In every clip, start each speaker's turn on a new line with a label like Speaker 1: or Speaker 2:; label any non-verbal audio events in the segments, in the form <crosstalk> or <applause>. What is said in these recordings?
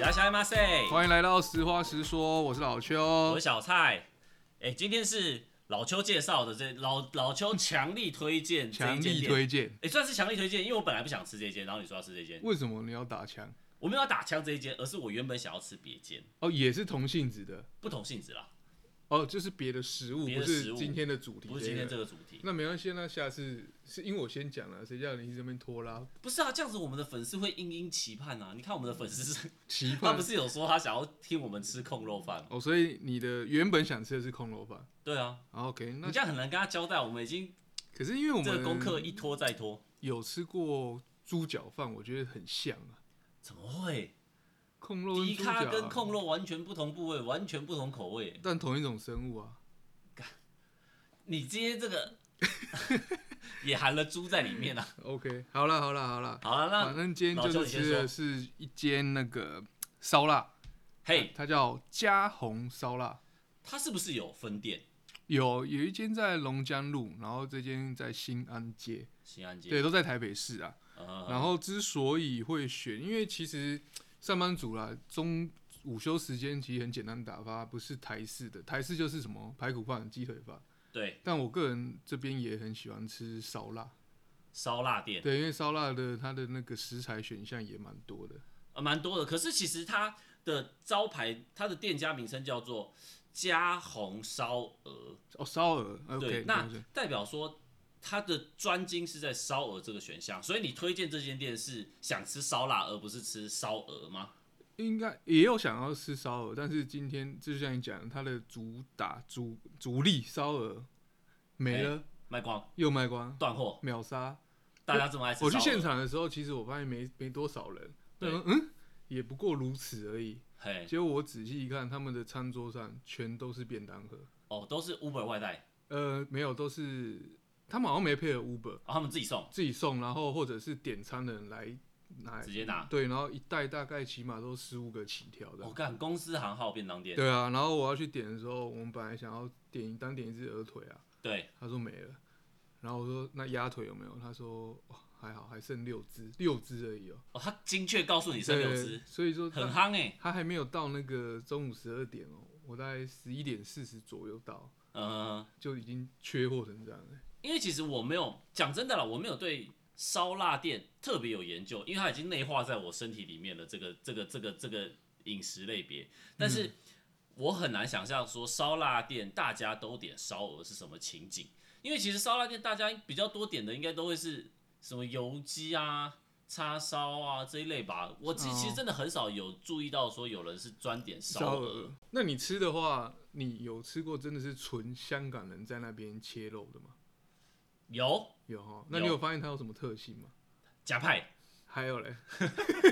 Speaker 1: 拉小艾马塞，
Speaker 2: 欢迎哦来到实话实说，我是老
Speaker 1: 我
Speaker 2: 邱
Speaker 1: 是。小蔡。哎、今天是老邱介绍的这老老邱强力推荐
Speaker 2: <laughs>
Speaker 1: 这一
Speaker 2: 强
Speaker 1: 间
Speaker 2: 力
Speaker 1: 店
Speaker 2: 推荐，
Speaker 1: 哎、算是强力推荐，因为我本来不想吃这间，然后你说要吃这间，
Speaker 2: 为什么你要打枪？
Speaker 1: 我没有要打枪这一间，而是我原本想要吃别间，
Speaker 2: 哦，也是同性质的，
Speaker 1: 不同性质啦，
Speaker 2: 哦，就是别的食物，
Speaker 1: 别
Speaker 2: 不
Speaker 1: 的食
Speaker 2: 是
Speaker 1: 物
Speaker 2: 今天的主题。
Speaker 1: 不是今天这。个主题。
Speaker 2: 那没关系，那下次是因为我先讲了，谁叫你这边拖拉？
Speaker 1: 不 <laughs> 是啊，这样子我们的粉丝会殷殷期盼啊！你看我们的粉丝是，
Speaker 2: 期
Speaker 1: 他
Speaker 2: 盼
Speaker 1: 不是有说他想要听我们吃控肉饭吗？
Speaker 2: 哦，所以你的原本想吃的是空楼饭。
Speaker 1: 对啊，
Speaker 2: 啊 OK，那
Speaker 1: 你这样很难跟他交代。我们已经
Speaker 2: 可是因为我
Speaker 1: 这个功课
Speaker 2: 们
Speaker 1: 一拖再拖，
Speaker 2: 有吃过猪脚饭，我觉得很像啊，
Speaker 1: 怎么会？
Speaker 2: 控肉
Speaker 1: 迪
Speaker 2: 猪
Speaker 1: 咖
Speaker 2: 脚
Speaker 1: 跟
Speaker 2: 啊，
Speaker 1: 控肉完全不同部位，完全不同口味。
Speaker 2: 但同一种生物啊。
Speaker 1: 你今天这个也含了猪在里面啊。
Speaker 2: OK，好了好了好了，
Speaker 1: 好了，
Speaker 2: 反
Speaker 1: 那
Speaker 2: 正今天就是吃的是一间那个烧腊，
Speaker 1: 嘿，
Speaker 2: 它叫嘉宏烧腊，
Speaker 1: 它是不是有分店？
Speaker 2: 有有一间在龙江路，然后这间在新安街，
Speaker 1: 新安街。
Speaker 2: 对，都在台北市啊。
Speaker 1: 呃，
Speaker 2: 然后之所以会选，因为其实上班族啦，中午休时间其实很简单打发，不是台式的，台式就是什么排骨饭、鸡腿饭，
Speaker 1: 对，
Speaker 2: 但我个人这边也很喜欢吃烧腊，
Speaker 1: 烧腊店，
Speaker 2: 对，因为烧腊的它的那个食材选项也蛮多的。
Speaker 1: 呃，蛮多的。可是其实它的招牌，它的店家名称叫做嘉宏烧鹅。
Speaker 2: 哦，烧鹅，OK，
Speaker 1: 对，
Speaker 2: 了
Speaker 1: 那
Speaker 2: 解
Speaker 1: 代表说。它的专精是在烧鹅这个选项，所以你推荐这间店是想吃烧腊，而不是吃烧鹅吗？
Speaker 2: 应该也有想要吃烧鹅，但是今天就像你讲的，它的主打主主力烧鹅
Speaker 1: 哎
Speaker 2: 没了，
Speaker 1: 卖光
Speaker 2: 又卖光，
Speaker 1: 断货，
Speaker 2: 秒杀。
Speaker 1: 大家这么爱吃烧
Speaker 2: 我
Speaker 1: 鹅。
Speaker 2: 去现场的时候，其实我发现没没多少人，
Speaker 1: 对
Speaker 2: 嗯嗯，也不过如此而已。
Speaker 1: 嘿，
Speaker 2: 结果我仔细一看，他们的餐桌上全都是便当盒，
Speaker 1: 哦，都是 Uber 外带，
Speaker 2: 呃，没有，都是他们好像没配合 Uber，
Speaker 1: 哦，他们自己送，
Speaker 2: 自己送，然后或者是点餐的人来拿，
Speaker 1: 直接拿。
Speaker 2: 对，然后一袋大概起码都十五个起跳的
Speaker 1: 我。干、公司行号便当店，
Speaker 2: 对啊，然后我要去点的时候，我们本来想要点单点一只鹅腿啊，
Speaker 1: 对，
Speaker 2: 他说没了，然后我说那鸭腿有没有？他说、哦、还好，还剩六只，六只而已哦，
Speaker 1: 哦，他精确告诉你剩六
Speaker 2: 对
Speaker 1: 只，
Speaker 2: 所以说
Speaker 1: 很
Speaker 2: 他
Speaker 1: 夯哎、欸，
Speaker 2: 他还没有到那个中午十二点哦，我大概十一点四十左右到，
Speaker 1: 嗯、
Speaker 2: 就已经缺货成这样了。
Speaker 1: 因为其实我没有讲真的啦，我没有对烧腊店特别有研究，因为它已经内化在我身体里面了，这个这个这个这个饮食类别，但是。我很难想象说烧腊店大家都点烧鹅是什么情景，因为其实烧腊店大家比较多点的应该都会是什么油鸡啊、叉烧啊这一类吧。我其
Speaker 2: 哦
Speaker 1: 其实真的很少有注意到说有人是专点烧鹅，，
Speaker 2: 那你吃的话，你有吃过真的是纯香港人在那边切肉的吗？
Speaker 1: 有
Speaker 2: 有哦，那你
Speaker 1: 有
Speaker 2: 有发现它有什么特性吗？
Speaker 1: 夹派
Speaker 2: 还有嘞， <laughs>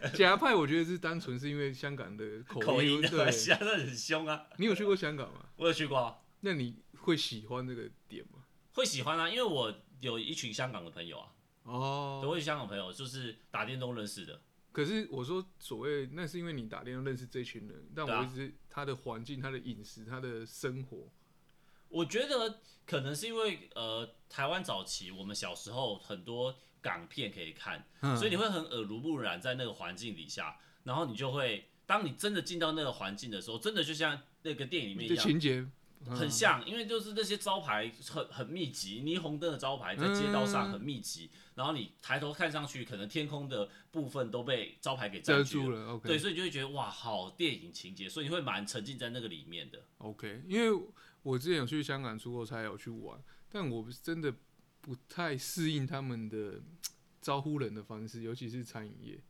Speaker 2: 哎、夹派我觉得是单纯是因为香港的口
Speaker 1: 口
Speaker 2: 音
Speaker 1: 音
Speaker 2: 哦对
Speaker 1: 的，， <laughs> 夹的很凶啊。
Speaker 2: 你有去过香港吗？
Speaker 1: 我有去过，啊
Speaker 2: 那你会喜欢这个点吗？
Speaker 1: 会喜欢啊，因为我有一群香港的朋友啊，对
Speaker 2: 哦，
Speaker 1: 我有香港朋友就是打电动认识的，
Speaker 2: 可是我说所谓那是因为你打电话认识这群人，但
Speaker 1: 对啊
Speaker 2: 我一直他的环境、他的饮食、他的生活，
Speaker 1: 我觉得可能是因为呃，台湾早期我们小时候很多港片可以看，
Speaker 2: 嗯
Speaker 1: 所以你会很耳濡目染在那个环境底下，然后你就会，当你真的进到那个环境的时候，真的就像那个电影里面一
Speaker 2: 这
Speaker 1: 样，
Speaker 2: 情节
Speaker 1: 很像，因为就是那些招牌很很密集，霓虹灯的招牌在街道上很密集，然后你抬头看上去，可能天空的部分都被招牌给
Speaker 2: 遮
Speaker 1: 占据
Speaker 2: 住
Speaker 1: 了。
Speaker 2: 了。OK，
Speaker 1: 对，所以你就会觉得哇，好电影情节，所以你会蛮沉浸在那个里面的。
Speaker 2: OK，因为我之前有去香港出过差，有去玩，但我真的不太适应他们的招呼人的方式，尤其是餐饮业。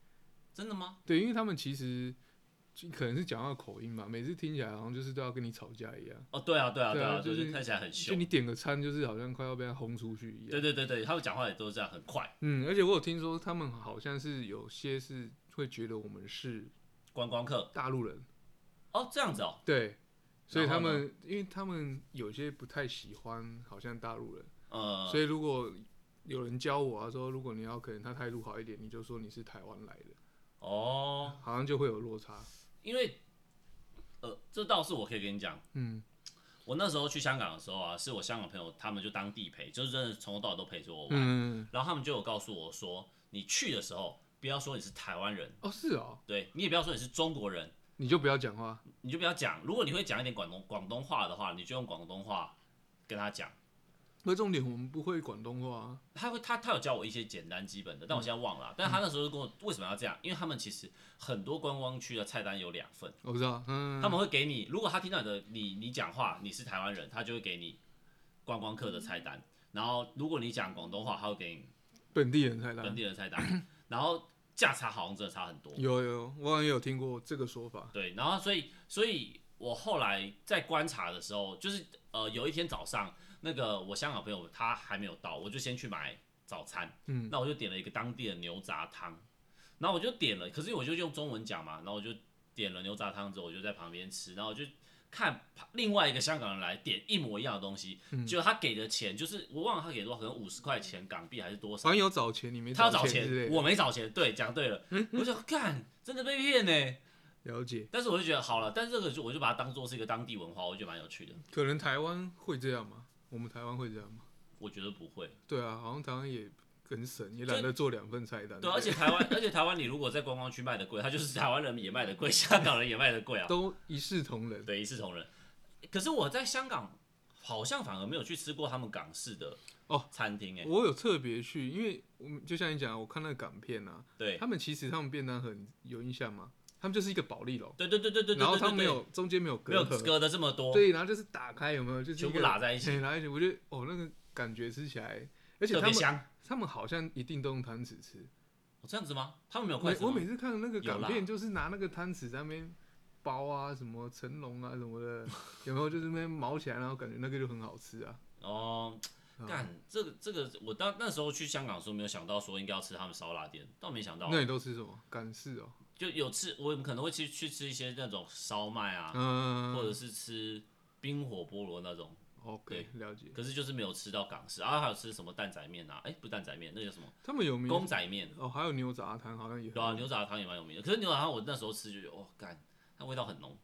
Speaker 1: 真的吗？
Speaker 2: 对，因为他们其实就可能是讲到口音吧，每次听起来好像就是都要跟你吵架一样。
Speaker 1: 哦，对啊，对啊，
Speaker 2: 对
Speaker 1: 对
Speaker 2: 啊
Speaker 1: 啊，
Speaker 2: 就是
Speaker 1: 看起来很
Speaker 2: 就
Speaker 1: 凶。
Speaker 2: 你点个餐，就是好像快要被他轰出去一样。
Speaker 1: 对对对对，他们讲话也都是这样，很快。
Speaker 2: 嗯，而且我有听说他们好像是有些是会觉得我们是
Speaker 1: 观光客
Speaker 2: 大陆人，
Speaker 1: 哦，这样子哦，
Speaker 2: 对，所以
Speaker 1: 然
Speaker 2: 他
Speaker 1: 后呢
Speaker 2: 们因为他们有些不太喜欢好像大陆人，
Speaker 1: 呃，
Speaker 2: 所以如果有人教我啊说，如果你要可能他态度好一点，你就说你是台湾来的，
Speaker 1: 哦，
Speaker 2: 好像就会有落差。
Speaker 1: 因为呃，这倒是我可以跟你讲，
Speaker 2: 嗯，
Speaker 1: 我那时候去香港的时候啊，是我香港朋友他们就当地陪，就是真的从头到尾都陪着我玩。
Speaker 2: 嗯，
Speaker 1: 然后他们就有告诉我说，你去的时候不要说你是台湾人，
Speaker 2: 哦，是哦，
Speaker 1: 对你也不要说你是中国人，
Speaker 2: 你就不要讲话，
Speaker 1: 你就不要讲。如果你会讲一点广东广东话的话，你就用广东话跟他讲。
Speaker 2: 可重点我们不会广东话啊，
Speaker 1: 他会他他有教我一些简单基本的，但我现在忘了啊、但他那时候就跟我为什么要这样？因为他们其实很多观光区的菜单有两份，
Speaker 2: 我知道，嗯，
Speaker 1: 他们会给你，如果他听到你的你你讲话，你是台湾人，他就会给你观光客的菜单。然后如果你讲广东话，他会给你
Speaker 2: 本地人才
Speaker 1: 本
Speaker 2: 来。
Speaker 1: 地人的菜单。然后价差好像真的差很多。
Speaker 2: 有有，我好像也有听过这个说法。
Speaker 1: 对，然后所以所以我后来在观察的时候，就是呃有一天早上，那个我香港朋友他还没有到，我就先去买早餐，
Speaker 2: 嗯，
Speaker 1: 那我就点了一个当地的牛杂汤，然后我就点了，可是我就用中文讲嘛，然后我就点了牛杂汤之后，我就在旁边吃，然后我就。看另外一个香港人来点一模一样的东西，
Speaker 2: 嗯
Speaker 1: 结果他给的钱就是我忘了他给多少，可能五十块钱港币还是多少，
Speaker 2: 好像有找钱，你没
Speaker 1: 他要
Speaker 2: 找
Speaker 1: 找
Speaker 2: 钱之类
Speaker 1: 钱，
Speaker 2: 的。
Speaker 1: 我没找钱，对，讲对了，
Speaker 2: 嗯
Speaker 1: 我就干，真的被骗呢、
Speaker 2: 了解，
Speaker 1: 但是我就觉得好了，但是这个就我就把它当做是一个当地文化，我觉得蛮有趣的。
Speaker 2: 可能台湾会这样吗？我们台湾会这样吗？
Speaker 1: 我觉得不会，
Speaker 2: 对啊，好像台湾也很省，也
Speaker 1: 就
Speaker 2: 懒得做两份菜单。
Speaker 1: 对，而且台湾， <laughs> 而且台湾你如果在观光区卖的贵，它就是台湾人也卖的贵，香港人也卖的贵啊，
Speaker 2: 都一视同仁。
Speaker 1: 对，一视同仁。可是我在香港好像反而没有去吃过他们港式的
Speaker 2: 哦
Speaker 1: 餐厅哎、
Speaker 2: 我有特别去，因为我们就像你讲，我看那个港片啊，
Speaker 1: 对
Speaker 2: 他们其实他们便当很有印象吗？他们就是一个保利龙，
Speaker 1: 对对对对对对
Speaker 2: 然后
Speaker 1: 对
Speaker 2: 他
Speaker 1: 对
Speaker 2: 们没
Speaker 1: 对，
Speaker 2: 有中间没有
Speaker 1: 没
Speaker 2: 隔
Speaker 1: 有
Speaker 2: 阂，
Speaker 1: 隔的这么多，
Speaker 2: 对，然后就是打开有没有？就是
Speaker 1: 全
Speaker 2: 一
Speaker 1: 部
Speaker 2: 个
Speaker 1: 拉在一起，
Speaker 2: 嘿拉一起，我觉得哦，那个感觉吃起来，而且
Speaker 1: 特
Speaker 2: 他
Speaker 1: 别
Speaker 2: 们
Speaker 1: 香。
Speaker 2: 他们好像一定都用汤匙吃。
Speaker 1: 哦这样子吗？他们没有筷
Speaker 2: 我
Speaker 1: 子
Speaker 2: 我
Speaker 1: 吗？
Speaker 2: 每次看那个港
Speaker 1: 有
Speaker 2: 片，
Speaker 1: 啦
Speaker 2: 就是拿那个汤匙在那边包啊，什么成龙啊什么的，有没有？就是那边毛起来，然后感觉那个就很好吃啊。
Speaker 1: 哦，
Speaker 2: 嗯
Speaker 1: 干、这个这个，我当那时候去香港的时候没有想到说应该要吃他们烧腊店，倒没想到。
Speaker 2: 那你都吃什么？港式哦，
Speaker 1: 就有吃，我们可能会去去吃一些那种烧麦啊，或者
Speaker 2: 嗯
Speaker 1: 是吃冰火菠萝那种，
Speaker 2: ，OK，了解。
Speaker 1: 可是就是没有吃到港式啊，还有吃什么蛋仔面啊，哎、不蛋仔面，那叫什么
Speaker 2: 他们有名
Speaker 1: 公仔面，
Speaker 2: 哦，还有牛杂汤，好像也
Speaker 1: 对啊，牛杂汤也蛮有名的。可是牛杂汤我那时候吃就觉得，哦，干，它味道很浓，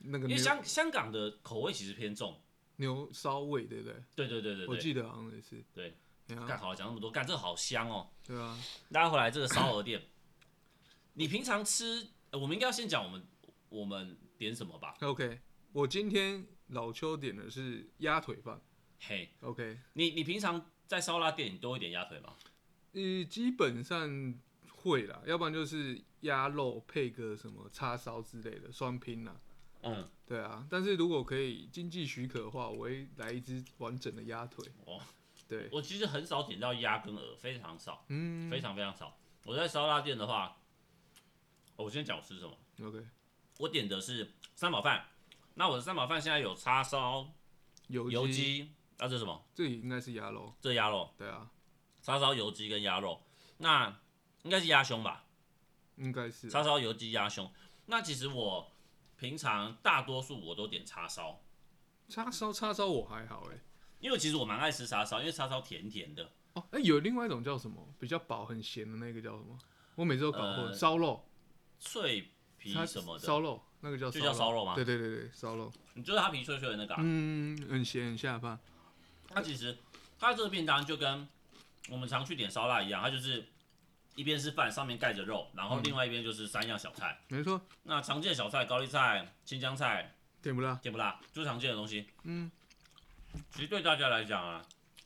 Speaker 2: 那个
Speaker 1: 因为
Speaker 2: 牛
Speaker 1: 香香港的口味其实偏重，
Speaker 2: 牛骚味，对不对？
Speaker 1: 对对对对
Speaker 2: 我
Speaker 1: 对，
Speaker 2: 记得好像也是。
Speaker 1: 对
Speaker 2: 对啊，
Speaker 1: 干好讲那么多，干这个好香哦。
Speaker 2: 对啊，
Speaker 1: 拉回来这个烧鹅
Speaker 2: <laughs>
Speaker 1: 店，你平常吃，呃我们应该要先讲我们我们点什么吧？
Speaker 2: OK，我今天老邱点的是鸭腿饭。
Speaker 1: 嘿，
Speaker 2: OK，
Speaker 1: 你你平常在烧腊店你都会点鸭腿吗？
Speaker 2: 呃，基本上会啦，要不然就是鸭肉配个什么叉烧之类的双拼啦。
Speaker 1: 嗯，
Speaker 2: 对啊，但是如果可以经济许可的话，我会来一只完整的鸭腿。
Speaker 1: 哦，
Speaker 2: 对，
Speaker 1: 我其实很少点到鸭跟鹅，非常少，
Speaker 2: 嗯
Speaker 1: 非常非常少。我在烧腊店的话，哦我先讲我吃什么，
Speaker 2: ，OK，
Speaker 1: 我点的是三宝饭。那我的三宝饭现在有叉烧、
Speaker 2: 油
Speaker 1: 油
Speaker 2: 鸡，
Speaker 1: 鸡，啊这是什么？
Speaker 2: 这里应该是鸭肉。
Speaker 1: 这鸭肉，
Speaker 2: 对啊，
Speaker 1: 叉烧、油鸡跟鸭肉。那应该是鸭胸吧？
Speaker 2: 应该是啊。
Speaker 1: 叉烧、油鸡、鸭胸。那其实我平常大多数我都点叉烧，
Speaker 2: 叉烧，叉烧我还好哎、
Speaker 1: 因为其实我蛮爱吃叉烧，因为叉烧甜甜的。
Speaker 2: 哦，哎、有另外一种叫什么，比较饱很咸的那个叫什么？我每次都搞混，
Speaker 1: 呃
Speaker 2: 烧、肉，
Speaker 1: 脆皮
Speaker 2: 它
Speaker 1: 什么的，
Speaker 2: 烧肉，那个叫
Speaker 1: 就叫烧肉吗
Speaker 2: 对对对对，烧肉，
Speaker 1: 你就是它皮脆脆的那个、啊。
Speaker 2: 嗯，很咸很下饭，
Speaker 1: 它其实它这个便当就跟我们常去点烧腊一样，它就是一边是饭上面盖着肉，然后另外一边就是三样小菜。
Speaker 2: 没错，
Speaker 1: 那常见的小菜，高丽菜、青江菜、
Speaker 2: 点不辣，
Speaker 1: 甜不辣，就是常见的东西。嗯，其实对大家来讲啊，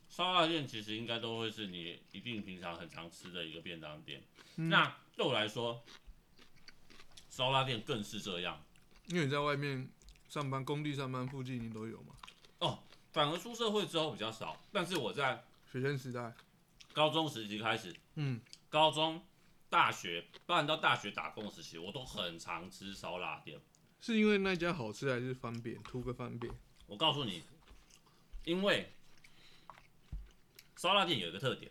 Speaker 1: 烧腊店其实应该都会是你一定平常很常吃的一个便当店。那对我来说，烧腊店更是这样。
Speaker 2: 因为你在外面上班，工地上班附近你都有嘛，
Speaker 1: 反而出社会之后比较少，但是我在
Speaker 2: 学生时代，
Speaker 1: 高中时期开始，
Speaker 2: 嗯，
Speaker 1: 高中、大学，包含到大学打工时期，我都很常吃烧腊店。
Speaker 2: 是因为那家好吃还是方便，图个方便？
Speaker 1: 我告诉你，因为烧腊店有一个特点，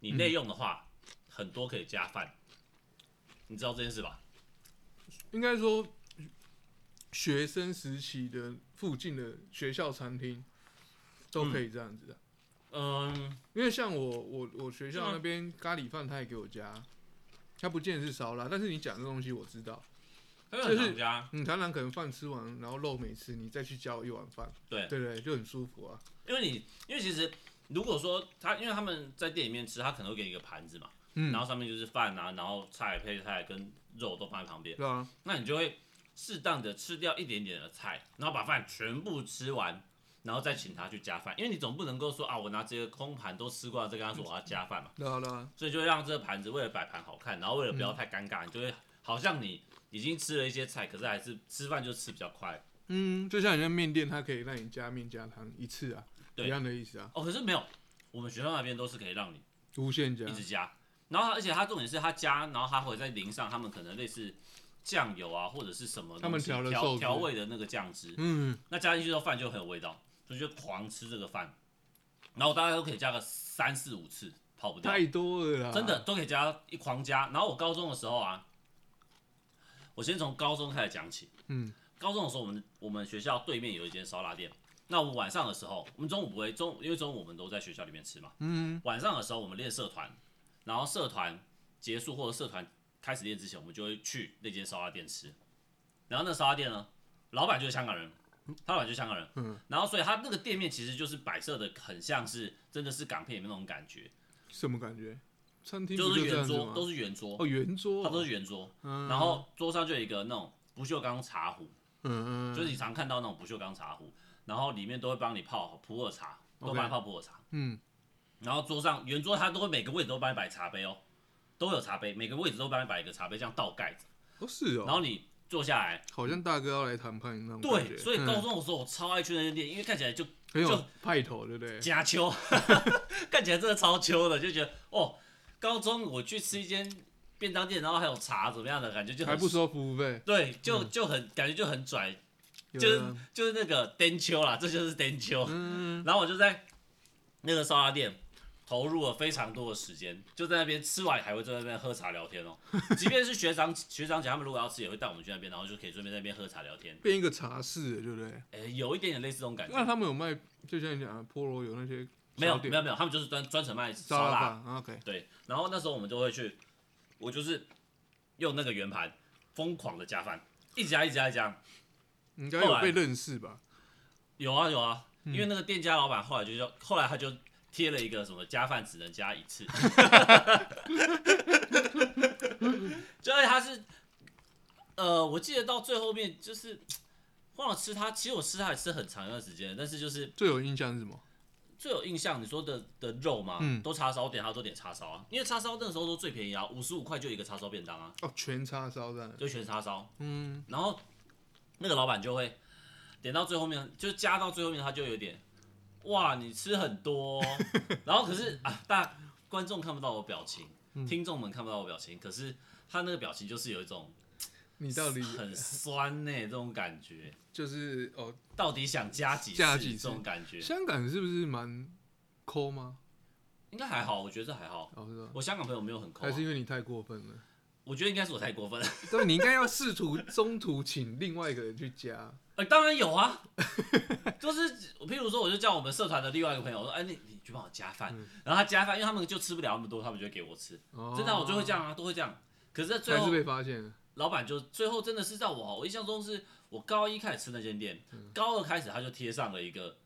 Speaker 1: 你内用的话、很多可以加饭，你知道这件事吧？
Speaker 2: 应该说，学生时期的附近的学校餐厅都可以这样子的、
Speaker 1: 嗯，
Speaker 2: 因为像我我我学
Speaker 1: 是吗
Speaker 2: 校那边咖喱饭他也给我加，他不见得是烧腊，但是你讲这东西我知道。
Speaker 1: 它有很常加，
Speaker 2: 你常常可能饭吃完，然后肉没吃，你再去浇一碗饭，
Speaker 1: 对
Speaker 2: 对对，就很舒服啊。
Speaker 1: 因为你因为其实如果说他，因为他们在店里面吃，他可能会给你一个盘子嘛，
Speaker 2: 嗯
Speaker 1: 然后上面就是饭啊，然后菜配菜跟肉都放在旁边，
Speaker 2: 对啊，
Speaker 1: 那你就会适当的吃掉一点点的菜，然后把饭全部吃完，然后再请他去加饭，因为你总不能够说啊，我拿这个空盘都吃光了，再跟他说我要加饭嘛，
Speaker 2: 对啊，对啊，
Speaker 1: 所以就会让这个盘子为了摆盘好看，然后为了
Speaker 2: 嗯
Speaker 1: 不要太尴尬，你就会好像你已经吃了一些菜，可是还是吃饭就吃比较快
Speaker 2: 嗯，就像人家面店，它可以让你加面加汤一次啊，
Speaker 1: 对
Speaker 2: 一样的意思啊，
Speaker 1: 哦。可是没有，我们学校那边都是可以让你
Speaker 2: 无限加
Speaker 1: 一，直加，然后而且它重点是它加，然后它会再淋上他们可能类似酱油啊或者是什么
Speaker 2: 他
Speaker 1: 东
Speaker 2: 们
Speaker 1: 西
Speaker 2: 调的
Speaker 1: 调
Speaker 2: 寿司
Speaker 1: 调味的那个酱汁，
Speaker 2: 嗯，
Speaker 1: 那加进去之后饭就很有味道，所以就狂吃这个饭，然后大家都可以加个三四五次，跑不掉。
Speaker 2: 太多了啦，
Speaker 1: 真的都可以加一狂加。然后我高中的时候啊，我先从高中开始讲起。
Speaker 2: 嗯，
Speaker 1: 高中的时候，我们我们学校对面有一间烧腊店。那我们晚上的时候，我们中午不会中，因为中午我们都在学校里面吃嘛。
Speaker 2: 嗯，
Speaker 1: 晚上的时候我们练社团，然后社团结束或者社团开始练之前，我们就会去那间烧腊店吃。然后那烧腊店呢，老板就是香港人，他老板就是香港人。
Speaker 2: 嗯，
Speaker 1: 然后所以他那个店面其实就是摆设的很像是真的是港片里面那种感觉，
Speaker 2: 什么感觉？餐厅
Speaker 1: 就是
Speaker 2: 不这
Speaker 1: 圆
Speaker 2: 样子
Speaker 1: 桌
Speaker 2: 吗？
Speaker 1: 都是圆桌，
Speaker 2: 哦，圆桌
Speaker 1: 它都
Speaker 2: 哦，
Speaker 1: 是圆桌，
Speaker 2: 嗯
Speaker 1: 然后桌上就有一个那种不锈钢茶壶，
Speaker 2: 嗯嗯，
Speaker 1: 就是你常看到那种不锈钢茶壶，然后里面都会帮你泡普洱茶，都
Speaker 2: OK
Speaker 1: 帮你泡普洱茶。
Speaker 2: 嗯，
Speaker 1: 然后桌上圆桌它都会每个位置都帮你摆茶杯哦，都会有茶杯，每个位置都帮你摆一个茶杯，这样倒盖着。
Speaker 2: 哦是
Speaker 1: 然后
Speaker 2: 哦，
Speaker 1: 你坐下来，
Speaker 2: 好像大哥要来谈判那种感觉，
Speaker 1: 对，所以
Speaker 2: 嗯
Speaker 1: 高中的时候我超爱去那间店，因为看起来就
Speaker 2: 很
Speaker 1: 就
Speaker 2: 有派头，对不对？
Speaker 1: 加
Speaker 2: <laughs>
Speaker 1: 秋，看起来真的超秋的，就觉得哦，高中我去吃一间便当店，然后还有茶怎么样的感觉就
Speaker 2: 还
Speaker 1: 很
Speaker 2: 不收服务费，
Speaker 1: 对，就就很感觉就很拽，
Speaker 2: 有
Speaker 1: 就是
Speaker 2: 的
Speaker 1: 就是那个颠秋啦，这就是颠秋。
Speaker 2: 嗯，
Speaker 1: 然后我就在那个烧腊店投入了非常多的时间，就在那边吃完还会在那边喝茶聊天哦。即便是学长学长姐他们如果要吃，也会带我们去那边，然后就可以顺便在那边喝茶聊天。
Speaker 2: 变一个茶室，对不对？
Speaker 1: 诶，有一点点类似这种感
Speaker 2: 那
Speaker 1: 觉。
Speaker 2: 他们有卖，就像你讲的，菠萝有那些
Speaker 1: 没有
Speaker 2: 烧饼
Speaker 1: 没有没有，他们就是专专程卖
Speaker 2: 烧
Speaker 1: 烧腊。
Speaker 2: 腊饭啊，OK，
Speaker 1: 对，然后那时候我们就会去，我就是用那个圆盘疯狂的加饭，一加一加一加。
Speaker 2: 应该
Speaker 1: 后
Speaker 2: 有
Speaker 1: 来
Speaker 2: 被认识吧？
Speaker 1: 有啊有啊，因为那个店家老板后来就叫，后来他就贴了一个什么加饭只能加一次， <laughs> 就是他是，呃，我记得到最后面就是忘了吃它，其实我吃它也吃很长一段时间，但是就是
Speaker 2: 最有印象是什么？
Speaker 1: 最有印象你说的的肉嘛，
Speaker 2: 嗯
Speaker 1: 都叉烧店，他都点叉烧啊，因为叉烧那个时候都最便宜啊，五十五块就一个叉烧便当啊，
Speaker 2: 哦，全叉烧蛋，
Speaker 1: 就全叉烧，
Speaker 2: 嗯，
Speaker 1: 然后那个老板就会点到最后面，就加到最后面，他就有点，哇，你吃很多
Speaker 2: <laughs>
Speaker 1: 哦、然后可是啊，大观众看不到我表情，
Speaker 2: 嗯
Speaker 1: 听众们看不到我表情，可是他那个表情就是有一种
Speaker 2: 你到底
Speaker 1: 很酸呢、欸这种感觉，
Speaker 2: 就是哦，
Speaker 1: 到底想加几
Speaker 2: 加几次
Speaker 1: 这种感觉，
Speaker 2: 香港是不是蛮抠吗？
Speaker 1: 应该还好，我觉得这还好。
Speaker 2: 老实说，
Speaker 1: 我啊香港朋友没有很抠、
Speaker 2: 还
Speaker 1: 啊
Speaker 2: 是，因为你太过分了？
Speaker 1: 我觉得应该是我太过分了。
Speaker 2: <laughs> 对，你应该要试图中途请另外一个人去加，
Speaker 1: 呃，当然有啊， <laughs> 就是譬如说，我就叫我们社团的另外一个朋友，我说，哎，你你去帮我加饭，然后他加饭，因为他们就吃不了那么多，他们就会给我吃，
Speaker 2: 嗯哦
Speaker 1: 真的啊、我就会这样啊，都会这样。可是最
Speaker 2: 还是
Speaker 1: 后
Speaker 2: 被发现了，
Speaker 1: 老板就最后真的是让我，我印象中是我高一开始吃那间店，
Speaker 2: 嗯
Speaker 1: 高二开始他就贴上了一个。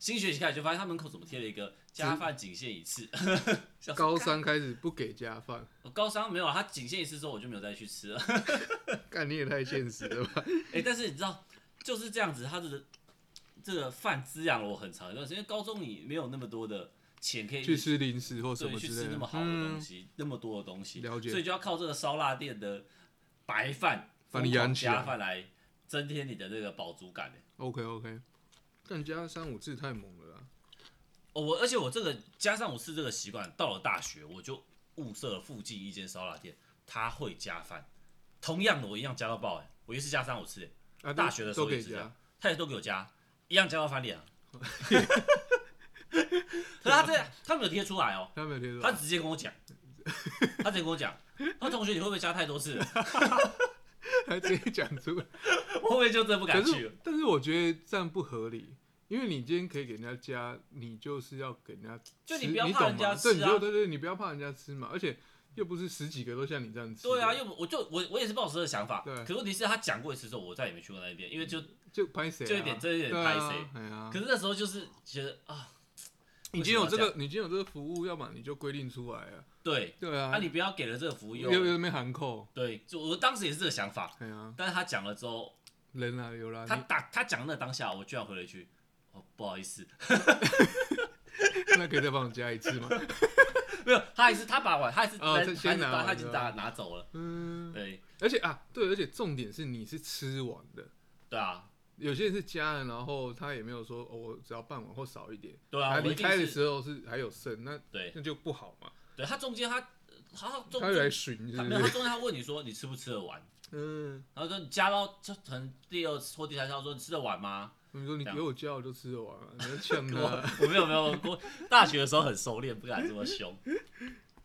Speaker 1: 新学期开始就发现他门口怎么贴了一个加饭仅限一次， <laughs> 想说
Speaker 2: 高
Speaker 1: 干
Speaker 2: 三开始不给加饭，
Speaker 1: 我高三没有啊，他仅限一次之后我就没有再去吃了。
Speaker 2: 干你也太现实了
Speaker 1: <laughs>
Speaker 2: 吧？
Speaker 1: 哎、但是你知道，就是这样子，他的这个饭滋养了我很长一段时间。因为高中你没有那么多的钱可以
Speaker 2: 去吃零食或什
Speaker 1: 对
Speaker 2: 么
Speaker 1: 去
Speaker 2: 之
Speaker 1: 吃
Speaker 2: 类
Speaker 1: 那
Speaker 2: 的
Speaker 1: 么，好的东
Speaker 2: 嗯，
Speaker 1: 西，那么多的东西，
Speaker 2: 了解
Speaker 1: 所以就要靠这个烧腊店的白饭
Speaker 2: 把你
Speaker 1: 疯狂
Speaker 2: 养起来
Speaker 1: 加饭来增添你的那个饱足感。哎
Speaker 2: OK OK，但加三五次太猛了啦。
Speaker 1: 哦，我而且我这个加上我吃这个习惯，到了大学我就物色了附近一间烧腊店，他会加饭，同样的我一样加到爆哎、我一次加三五次、哎
Speaker 2: 啊，
Speaker 1: 大
Speaker 2: 都
Speaker 1: 学的时候
Speaker 2: 都给
Speaker 1: 也是这
Speaker 2: 加
Speaker 1: 样，他也都给我加，一样加到翻脸
Speaker 2: <laughs>
Speaker 1: 啊。可是他这他没有贴出来哦，
Speaker 2: 他没有贴出
Speaker 1: 他
Speaker 2: 来，
Speaker 1: 直接跟我讲，他直接跟我讲，他说同学你会不会加太多
Speaker 2: <laughs>
Speaker 1: 次了？
Speaker 2: <laughs> 他直接讲出来。
Speaker 1: 我后面就真的不
Speaker 2: 可
Speaker 1: 敢去了
Speaker 2: 是，。但是我觉得这样不合理，因为你今天可以给人家加，你就是要给人家吃，
Speaker 1: 就你
Speaker 2: 你
Speaker 1: 不要怕人家
Speaker 2: 懂吗
Speaker 1: 吃
Speaker 2: 对，你就
Speaker 1: 啊。
Speaker 2: 对对，你不要怕人家吃嘛，而且又不是十几个都像你这样吃的。
Speaker 1: 对啊，又不我就我我也是抱持这个想法，
Speaker 2: 对
Speaker 1: 可是问题是他讲过一次之后，我再也没去过那一边，因为就
Speaker 2: 就拍谁、啊？
Speaker 1: 就有点这有点
Speaker 2: 对啊
Speaker 1: 拍谁
Speaker 2: 哎呀、
Speaker 1: 可是那时候就是觉得啊，
Speaker 2: 你今天有
Speaker 1: 为什
Speaker 2: 这
Speaker 1: 么要
Speaker 2: 个，你今天有这个服务，要么你就规定出来啊。
Speaker 1: 对，
Speaker 2: 对啊，
Speaker 1: 啊，你不要给了这个服务
Speaker 2: 有有
Speaker 1: 又
Speaker 2: 有没含扣？
Speaker 1: 对，就我当时也是这个想法，
Speaker 2: 哎呀，
Speaker 1: 但是他讲了之后，
Speaker 2: 人啊有啦，
Speaker 1: 他打他讲的那当下，我居然回了一句，哦，不好意思，
Speaker 2: 你那可以再帮我加一次吗？
Speaker 1: 没有，他还是他把碗，他还是
Speaker 2: 哦
Speaker 1: 他
Speaker 2: 他
Speaker 1: 还
Speaker 2: 先
Speaker 1: 是
Speaker 2: 拿
Speaker 1: 把
Speaker 2: 完
Speaker 1: 他已经
Speaker 2: 是吧
Speaker 1: 拿拿走了，
Speaker 2: <laughs> 嗯，
Speaker 1: 对
Speaker 2: 而且啊，对，而且重点是你是吃完的，
Speaker 1: 对啊，
Speaker 2: 有些人是加了，然后他也没有说哦，我只要半碗或少一点，
Speaker 1: 对啊，
Speaker 2: 他
Speaker 1: 我一
Speaker 2: 离
Speaker 1: 定
Speaker 2: 开的
Speaker 1: 是
Speaker 2: 时候是还有剩，那
Speaker 1: 对
Speaker 2: 那就不好嘛，
Speaker 1: 对，他中间他他中
Speaker 2: 他会来
Speaker 1: 间
Speaker 2: 巡是
Speaker 1: 他
Speaker 2: 不
Speaker 1: 没有 <laughs> 他
Speaker 2: 是？
Speaker 1: 中间他问你说你吃不吃得完，
Speaker 2: 嗯，
Speaker 1: 然后说你加到就可能第二次或第三次他说你吃得完吗？
Speaker 2: 嗯你说你
Speaker 1: 这样
Speaker 2: 给我加，我就吃得完
Speaker 1: <laughs>
Speaker 2: 了，你要呛他。
Speaker 1: 我我没有没有，我大学的时候很收敛，不敢这么凶。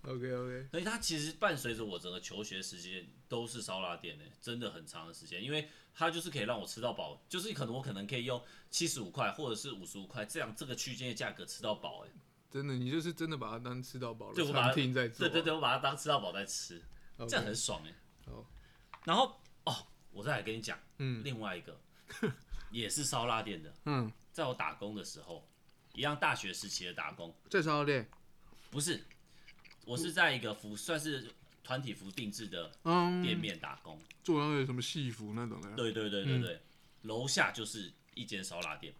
Speaker 2: OK OK，
Speaker 1: 所以它其实伴随着我整个求学时间都是烧腊店呢、真的很长的时间，因为它就是可以让我吃到饱，就是可能我可能可以用七十五块或者是五十五块这样这个区间的价格吃到饱、欸，
Speaker 2: 真的，你就是真的把它当吃到饱
Speaker 1: 对
Speaker 2: 了
Speaker 1: 我把它
Speaker 2: 餐厅在做
Speaker 1: 对
Speaker 2: 啊，
Speaker 1: 对对，我把它当吃到饱在吃，
Speaker 2: OK，
Speaker 1: 这样很爽哎、
Speaker 2: 好
Speaker 1: 然后哦，我再来跟你讲
Speaker 2: 嗯
Speaker 1: 另外一个，也是烧腊店的，
Speaker 2: 嗯，
Speaker 1: 在我打工的时候，一样大学时期的打工，
Speaker 2: 在烧店，
Speaker 1: 不是，我是在一个服算是团体服定制的
Speaker 2: 嗯，
Speaker 1: 店面打工。
Speaker 2: 做那个什么戏服那种的，
Speaker 1: 对对对对对，楼下就是一间烧腊店。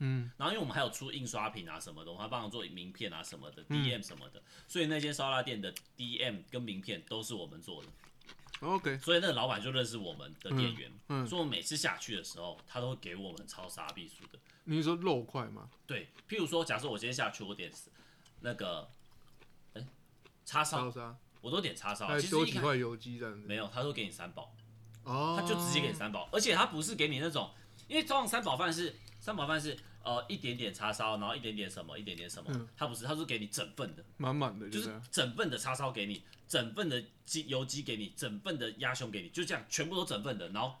Speaker 2: 嗯，
Speaker 1: 然后因为我们还有出印刷品啊什么的，我们还帮忙做名片啊什么的，DM
Speaker 2: 嗯
Speaker 1: 什么的，所以那间烧腊店的 DM 跟名片都是我们做的，
Speaker 2: ，OK，
Speaker 1: 所以那个老板就认识我们的店员，
Speaker 2: 嗯嗯
Speaker 1: 所以我们每次下去的时候，他都会给我们超傻逼数的。
Speaker 2: 你是说肉块吗？
Speaker 1: 对，譬如说，假设我今天下去我点那个，哎、叉烧
Speaker 2: 烧，杀，
Speaker 1: 我都点叉烧啊，
Speaker 2: 还
Speaker 1: 其实
Speaker 2: 多
Speaker 1: 一
Speaker 2: 几
Speaker 1: 开
Speaker 2: 块油鸡这样子，
Speaker 1: 没有，他都给你三宝。
Speaker 2: 哦，
Speaker 1: 他就直接给你三宝，而且他不是给你那种，因为通常三宝饭是三宝饭是呃一点点叉烧，然后一点点什么，一点点什么，他不是，他是给你整份的，
Speaker 2: 满满的，
Speaker 1: 就
Speaker 2: 就是是
Speaker 1: 整份的叉烧给你，整份的鸡油鸡给你，整份的鸭胸给你，就这样全部都整份的，然后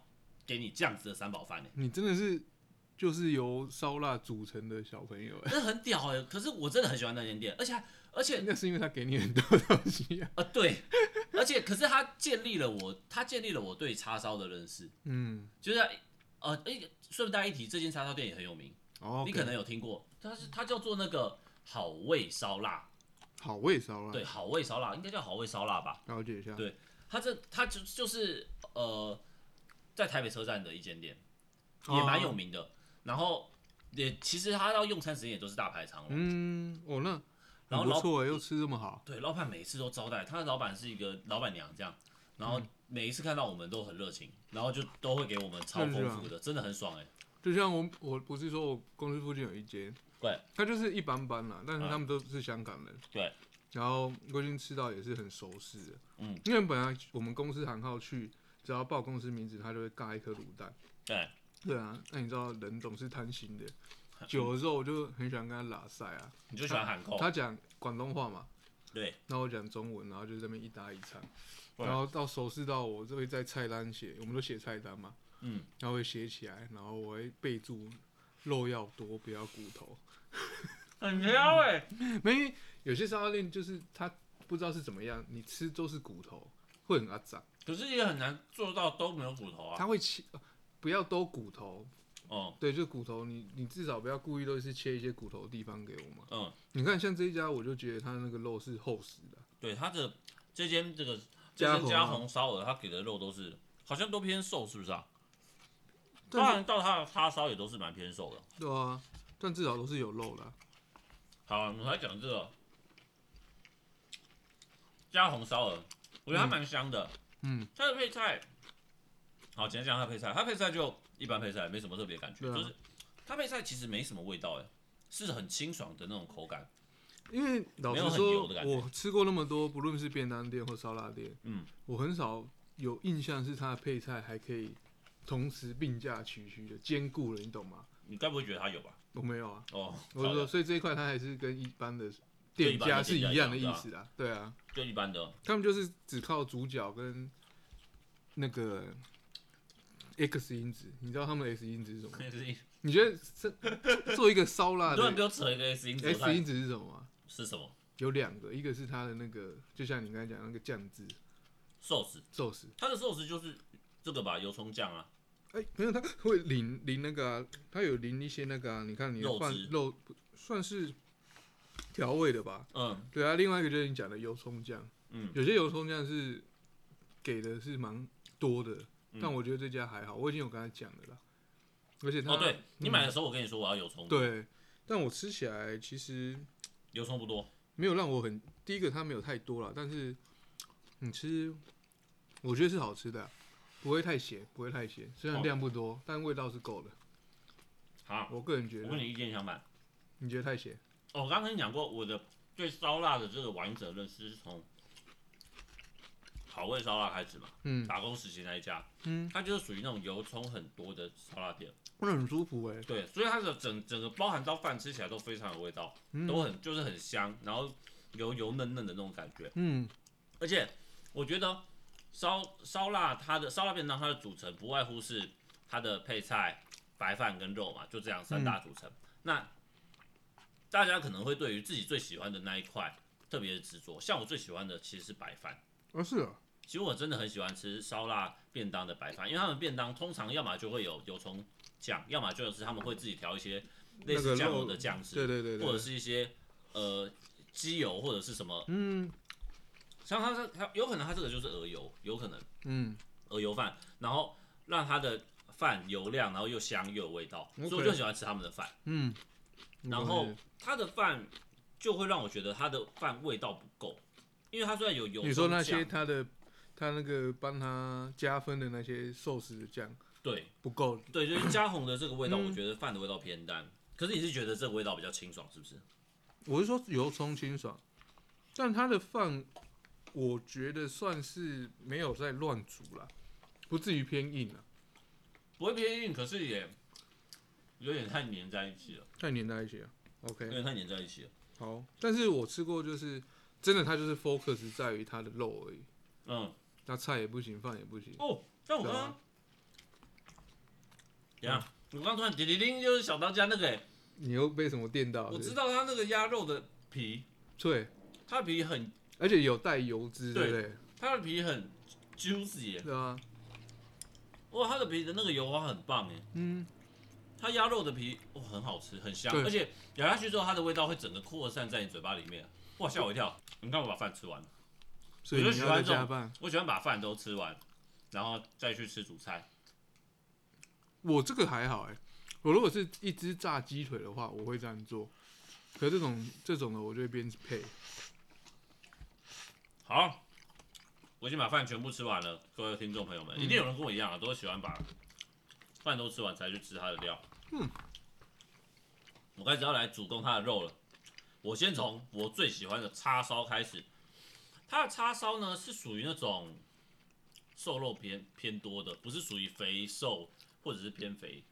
Speaker 1: 给你这样子的三宝饭欸呢，
Speaker 2: 你真的是就是由烧腊组成的小
Speaker 1: <laughs>
Speaker 2: 朋友，哎
Speaker 1: 那很屌哎、可是我真的很喜欢那间店，而且而且
Speaker 2: 那是因为他给你很多东西啊，
Speaker 1: 呃对，而且可是他建立了我，他建立了我对叉烧的认识，
Speaker 2: 嗯，
Speaker 1: 就是呃哎顺带一提，这间叉烧店也很有名。
Speaker 2: 哦，
Speaker 1: 你可能有听过，它是它叫做那个好味烧腊，
Speaker 2: 好味烧腊，
Speaker 1: 对，，好味烧腊应该叫好味烧腊吧？
Speaker 2: 啊了解一下，
Speaker 1: 对它这它就就是呃，在台北车站的一间店，也蛮有
Speaker 2: 哦，
Speaker 1: 名的。然后也其实它到用餐时间也都是大排长龙，
Speaker 2: 嗯，哦那
Speaker 1: 然后
Speaker 2: 很
Speaker 1: 老
Speaker 2: 不错哎，又吃这么好，
Speaker 1: 对，老板每一次都招待，他的老板是一个老板娘这样，然
Speaker 2: 嗯
Speaker 1: 后每一次看到我们都很热情，然后就都会给我们超
Speaker 2: 那是
Speaker 1: 丰
Speaker 2: 啊
Speaker 1: 富的，真的很爽哎、
Speaker 2: 就像我我不是说我公司附近有一间，
Speaker 1: 对，
Speaker 2: 他就是一般般啦，但是
Speaker 1: 嗯
Speaker 2: 他们都是香港人，
Speaker 1: 对，
Speaker 2: 然后我已经吃到也是很熟识的，
Speaker 1: 嗯，
Speaker 2: 因为本来我们公司行号去，只要报公司名字，他就会尬一颗卤蛋。
Speaker 1: 对，嗯
Speaker 2: 对啊，那你知道人总是贪心的，久了之后我就很喜欢跟他拉塞啊。
Speaker 1: 你就喜欢喊扣，
Speaker 2: 他讲广东话嘛，
Speaker 1: 哦对，
Speaker 2: 那我讲中文，然后就在那边一搭一唱，
Speaker 1: 对
Speaker 2: 然后到熟识到我就会在菜单写，我们都写菜单嘛，
Speaker 1: 嗯，
Speaker 2: 然后会写起来，然后我会备注肉要多，不要骨头。
Speaker 1: 很飘哎、
Speaker 2: 没，因为有些烧腊店就是他不知道是怎么样，你吃都是骨头，会很阿脏。
Speaker 1: 可是也很难做到都没有骨头啊。
Speaker 2: 他会切，呃不要都骨头，
Speaker 1: 哦，
Speaker 2: 对，就骨头，你你至少不要故意都是切一些骨头的地方给我嘛。
Speaker 1: 嗯，
Speaker 2: 你看像这一家，我就觉得他那个肉是厚实的，
Speaker 1: 对，它的这间这个这
Speaker 2: 加
Speaker 1: 间
Speaker 2: 红
Speaker 1: 加
Speaker 2: 啊
Speaker 1: 红烧鹅，它给的肉都是好像都偏瘦，是不是啊？当
Speaker 2: 但
Speaker 1: 然，到它的叉烧也都是蛮偏瘦的。
Speaker 2: 是对啊，但至少都是有肉的啊、
Speaker 1: 好、啊，你还讲这个加红烧鹅，我觉得它蛮香的。
Speaker 2: 嗯，
Speaker 1: 它的配菜，好，简单讲它的配菜，它配菜就一般配菜，没什么特别感觉，
Speaker 2: 对啊
Speaker 1: 就是它配菜其实没什么味道、哎，是很清爽的那种口感。
Speaker 2: 因为老
Speaker 1: 没有
Speaker 2: 实
Speaker 1: 很
Speaker 2: 说
Speaker 1: 油的，感觉
Speaker 2: 我吃过那么多，不论是便当店或烧腊店，
Speaker 1: 嗯，
Speaker 2: 我很少有印象是它的配菜还可以同时并驾齐驱的兼顾了，你懂吗？
Speaker 1: 你该不会觉得它有吧？
Speaker 2: 我没有啊，
Speaker 1: 哦，
Speaker 2: 我是
Speaker 1: 好的
Speaker 2: 说，所以这一块它还是跟一般的
Speaker 1: 对一
Speaker 2: 店
Speaker 1: 般的
Speaker 2: 家是
Speaker 1: 店家
Speaker 2: 一
Speaker 1: 一
Speaker 2: 样的
Speaker 1: 样
Speaker 2: 意
Speaker 1: 对啊
Speaker 2: 思啊，对啊，
Speaker 1: 就一般
Speaker 2: <laughs>
Speaker 1: 的，
Speaker 2: 他们就是只靠主角跟那个 X 因子，你知道他们的 X 因子是什么吗？
Speaker 1: 就是
Speaker 2: 你觉得这 <laughs> 做一个烧腊
Speaker 1: 很多人
Speaker 2: 的
Speaker 1: 给我啊扯一个 S 音，
Speaker 2: S 因子是什么吗？
Speaker 1: 是什啊么？
Speaker 2: 有两个，一个是它的那个，就像你刚才讲那个酱汁
Speaker 1: 寿司，
Speaker 2: 寿司，
Speaker 1: 它的寿司就是这个吧，油葱酱啊，
Speaker 2: 哎、没有，它会淋淋那个、啊，它有淋一些那个、啊，你看你
Speaker 1: 肉
Speaker 2: 放
Speaker 1: 汁
Speaker 2: 肉，算是调味的吧？
Speaker 1: 嗯
Speaker 2: 对啊，另外一个就是你讲的油葱酱，
Speaker 1: 嗯
Speaker 2: 有些油葱酱是给的是蛮多的，
Speaker 1: 嗯
Speaker 2: 但我觉得这家还好，我已经有跟他讲了啦。而且他嗯
Speaker 1: 哦，对你买的时候我跟你说我要油葱，
Speaker 2: 对，但我吃起来其实
Speaker 1: 油葱不多，
Speaker 2: 没有让我很第一个它没有太多了，但是你吃，我觉得是好吃的啊、不会太咸，不会太咸，虽然
Speaker 1: 哦
Speaker 2: 量不多，但味道是够的。
Speaker 1: 好，
Speaker 2: 我个人觉
Speaker 1: 我
Speaker 2: 得
Speaker 1: 跟，你意见相反。
Speaker 2: 你觉得太咸？
Speaker 1: 哦，我刚刚跟你讲过，我的对烧腊的这个完整认识是从好味烧腊开始嘛，
Speaker 2: 嗯
Speaker 1: 打工时期那一家，
Speaker 2: 嗯，
Speaker 1: 它就是属于那种油葱很多的烧腊店，
Speaker 2: 味道很舒服哎、
Speaker 1: 对，所以它的整整个包含到饭吃起来都非常有味道，
Speaker 2: 嗯
Speaker 1: 都很就是很香，然后油油嫩嫩的那种感觉，
Speaker 2: 嗯
Speaker 1: 而且我觉得烧烧腊它的烧腊便当它的组成不外乎是它的配菜、白饭跟肉嘛，就这样三
Speaker 2: 嗯
Speaker 1: 大组成。那大家可能会对于自己最喜欢的那一块特别执着，像我最喜欢的其实是白饭。
Speaker 2: 啊是啊，
Speaker 1: 其实我真的很喜欢吃烧腊便当的白饭，因为他们便当通常要么就会有油葱酱，要么就是他们会自己调一些类
Speaker 2: 那
Speaker 1: 似
Speaker 2: 个
Speaker 1: 酱
Speaker 2: 肉
Speaker 1: 油的酱汁，
Speaker 2: 对对对
Speaker 1: 或者
Speaker 2: 对，
Speaker 1: 是一些呃鸡油或者是什么
Speaker 2: 嗯
Speaker 1: 像它是它有可能它这个就是鹅油，有可能
Speaker 2: 嗯，
Speaker 1: 鹅油饭，然后让它的饭油亮，然后又香又有味道
Speaker 2: OK
Speaker 1: 所以我就很喜欢吃他们的饭。
Speaker 2: 嗯，
Speaker 1: 然后它的饭就会让我觉得它的饭味道不够，因为它虽然有油
Speaker 2: 你说
Speaker 1: 葱
Speaker 2: 那些
Speaker 1: 酱，
Speaker 2: 他的他那个帮他加分的那些寿司酱
Speaker 1: 对
Speaker 2: 不够，
Speaker 1: 对，就是加红的这个味道，
Speaker 2: 嗯
Speaker 1: 我觉得饭的味道偏淡。可是你是觉得这个味道比较清爽，是不是？
Speaker 2: 我是说油葱清爽，但他的饭我觉得算是没有在乱煮啦，不至于偏硬啊，
Speaker 1: 不会偏硬，可是也有点太黏在一起了，
Speaker 2: 太黏在一起了。啊
Speaker 1: 有
Speaker 2: OK，
Speaker 1: 点太黏在一起了。
Speaker 2: 好，但是我吃过就是真的，它就是 focus 在于它的肉而已，
Speaker 1: 嗯，
Speaker 2: 那菜也不行，饭也不行。
Speaker 1: 哦，但我刚
Speaker 2: 对
Speaker 1: 刚
Speaker 2: 啊，
Speaker 1: 等一下，我刚突然叮叮叮，就是小当家那个、欸，
Speaker 2: 你又被什么电到？
Speaker 1: 我知
Speaker 2: 道，
Speaker 1: 道它那个鸭肉的皮，
Speaker 2: 对，
Speaker 1: 它的皮很，
Speaker 2: 而且有带油脂，对
Speaker 1: 对
Speaker 2: 不对？
Speaker 1: 它的皮很 juicy 耶、
Speaker 2: 对啊，
Speaker 1: 哇，它的皮的那个油花很棒哎、
Speaker 2: 嗯，
Speaker 1: 它鸭肉的皮哇很好吃，很香，
Speaker 2: 对
Speaker 1: 而且咬下去之后，它的味道会整个扩散在你嘴巴里面。哇，吓我一跳！你看我把饭吃完了，
Speaker 2: 所以
Speaker 1: 我就
Speaker 2: 你
Speaker 1: 喜
Speaker 2: 要再
Speaker 1: 欢这
Speaker 2: 加
Speaker 1: 种
Speaker 2: 饭。
Speaker 1: 我喜欢把饭都吃完，然后再去吃主菜。
Speaker 2: 我这个还好哎、我如果是一只炸鸡腿的话，我会这样做。可这种这种的，我就会边配。
Speaker 1: 好，我已经把饭全部吃完了，各位听众朋友
Speaker 2: 嗯
Speaker 1: 们，一定有人跟我一样啊，都喜欢把饭都吃完才去吃它的料。
Speaker 2: 嗯，
Speaker 1: 我开始要来主攻它的肉了。我先从我最喜欢的叉烧开始，它的叉烧呢是属于那种瘦肉偏偏多的，不是属于肥瘦或者是偏肥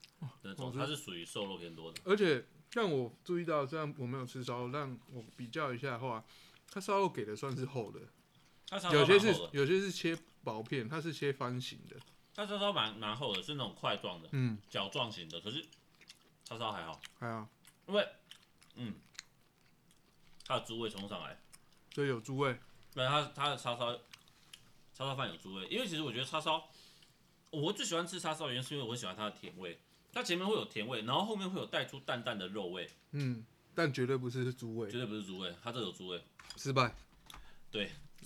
Speaker 1: 的那
Speaker 2: 哦我
Speaker 1: 种，
Speaker 2: 知
Speaker 1: 它是属于瘦肉偏多的。
Speaker 2: 而且让我注意到，虽然我没有吃烧肉，但我比较一下的话，它烧肉给的算是厚的，
Speaker 1: 它叉烧
Speaker 2: 有些
Speaker 1: 蛮
Speaker 2: 是
Speaker 1: 厚的，
Speaker 2: 有些是切薄片，它是切方形的。
Speaker 1: 它叉烧蛮蛮厚的，是那种块状的、
Speaker 2: 嗯，
Speaker 1: 角状型的，可是叉烧还好。
Speaker 2: 还好，
Speaker 1: 因为，嗯，它的猪味冲上来，
Speaker 2: 所以有猪味。
Speaker 1: 没有它它的叉烧，叉烧饭有猪味，因为其实我觉得叉烧，我最喜欢吃叉烧的原因是因为我很喜欢它的甜味，它前面会有甜味，然后后面会有带出淡淡的肉味，
Speaker 2: 嗯，但绝对不是猪味
Speaker 1: 绝，对不是猪味，它这有猪味，
Speaker 2: 失败。
Speaker 1: 直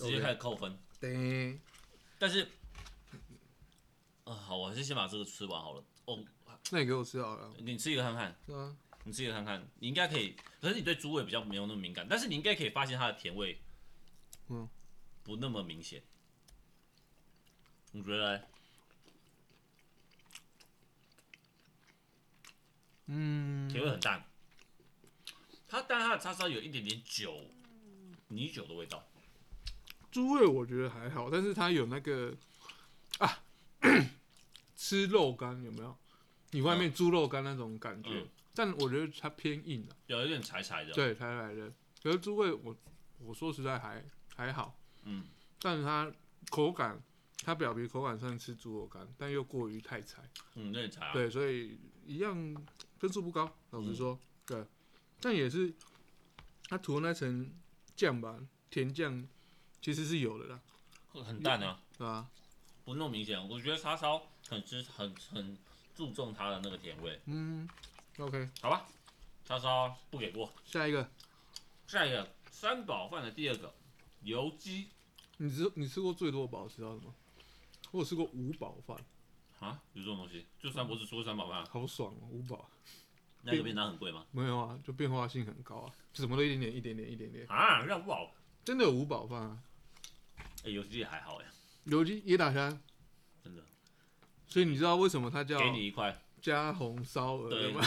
Speaker 1: 接
Speaker 2: OK
Speaker 1: 开始扣分。
Speaker 2: 对，
Speaker 1: 但是，啊、好，我还是先把这个吃完好了。哦，
Speaker 2: 那你给我吃好了，
Speaker 1: 你吃一个看看，
Speaker 2: 是啊，
Speaker 1: 你吃一个看看，你应该可以，可是你对猪味比较没有那么敏感，但是你应该可以发现它的甜味，
Speaker 2: 嗯，
Speaker 1: 不那么明显。你觉得嘞？
Speaker 2: 嗯，
Speaker 1: 甜味很淡，它但它的叉烧有一点点酒米酒的味道，
Speaker 2: 猪味我觉得还好，但是它有那个啊， <clears throat> 吃肉干有没有？你外面猪肉干那种感觉，
Speaker 1: 嗯
Speaker 2: 但我觉得它偏硬啊了、
Speaker 1: 有一点柴柴的。
Speaker 2: 对，才来的。可是猪味我我说实在还还好，
Speaker 1: 嗯，
Speaker 2: 但是它口感，它表皮口感像吃猪肉干，但又过于太柴，
Speaker 1: 嗯，有点柴、啊。
Speaker 2: 对，所以一样分数不高，老实
Speaker 1: 嗯
Speaker 2: 说，对，但也是它涂的那层酱吧，甜酱其实是有的啦，
Speaker 1: 很淡啊，
Speaker 2: 对吧、
Speaker 1: 不那么明显。我觉得叉烧很吃很很注重它的那个甜味，
Speaker 2: 嗯，OK，
Speaker 1: 好吧？叉烧不给过。
Speaker 2: 下一个，
Speaker 1: 下一个三宝饭的第二个油鸡
Speaker 2: 你吃你吃过最多的堡知道什么？我有吃过五堡饭，
Speaker 1: 啊，有这种东西？就三我只说三宝饭啊，
Speaker 2: 好爽哦！五堡
Speaker 1: 那个便当很贵吗？
Speaker 2: 没有啊，就变化性很高啊，什么都一点点一点点一点点，
Speaker 1: 啊，那不好。
Speaker 2: 真的有五堡饭啊，
Speaker 1: 哎、油鸡也还好哎、
Speaker 2: 油鸡也打开。
Speaker 1: 真的，
Speaker 2: 所以你知道为什么它叫
Speaker 1: 给你一块，
Speaker 2: 加红烧鹅
Speaker 1: 对
Speaker 2: 吗？，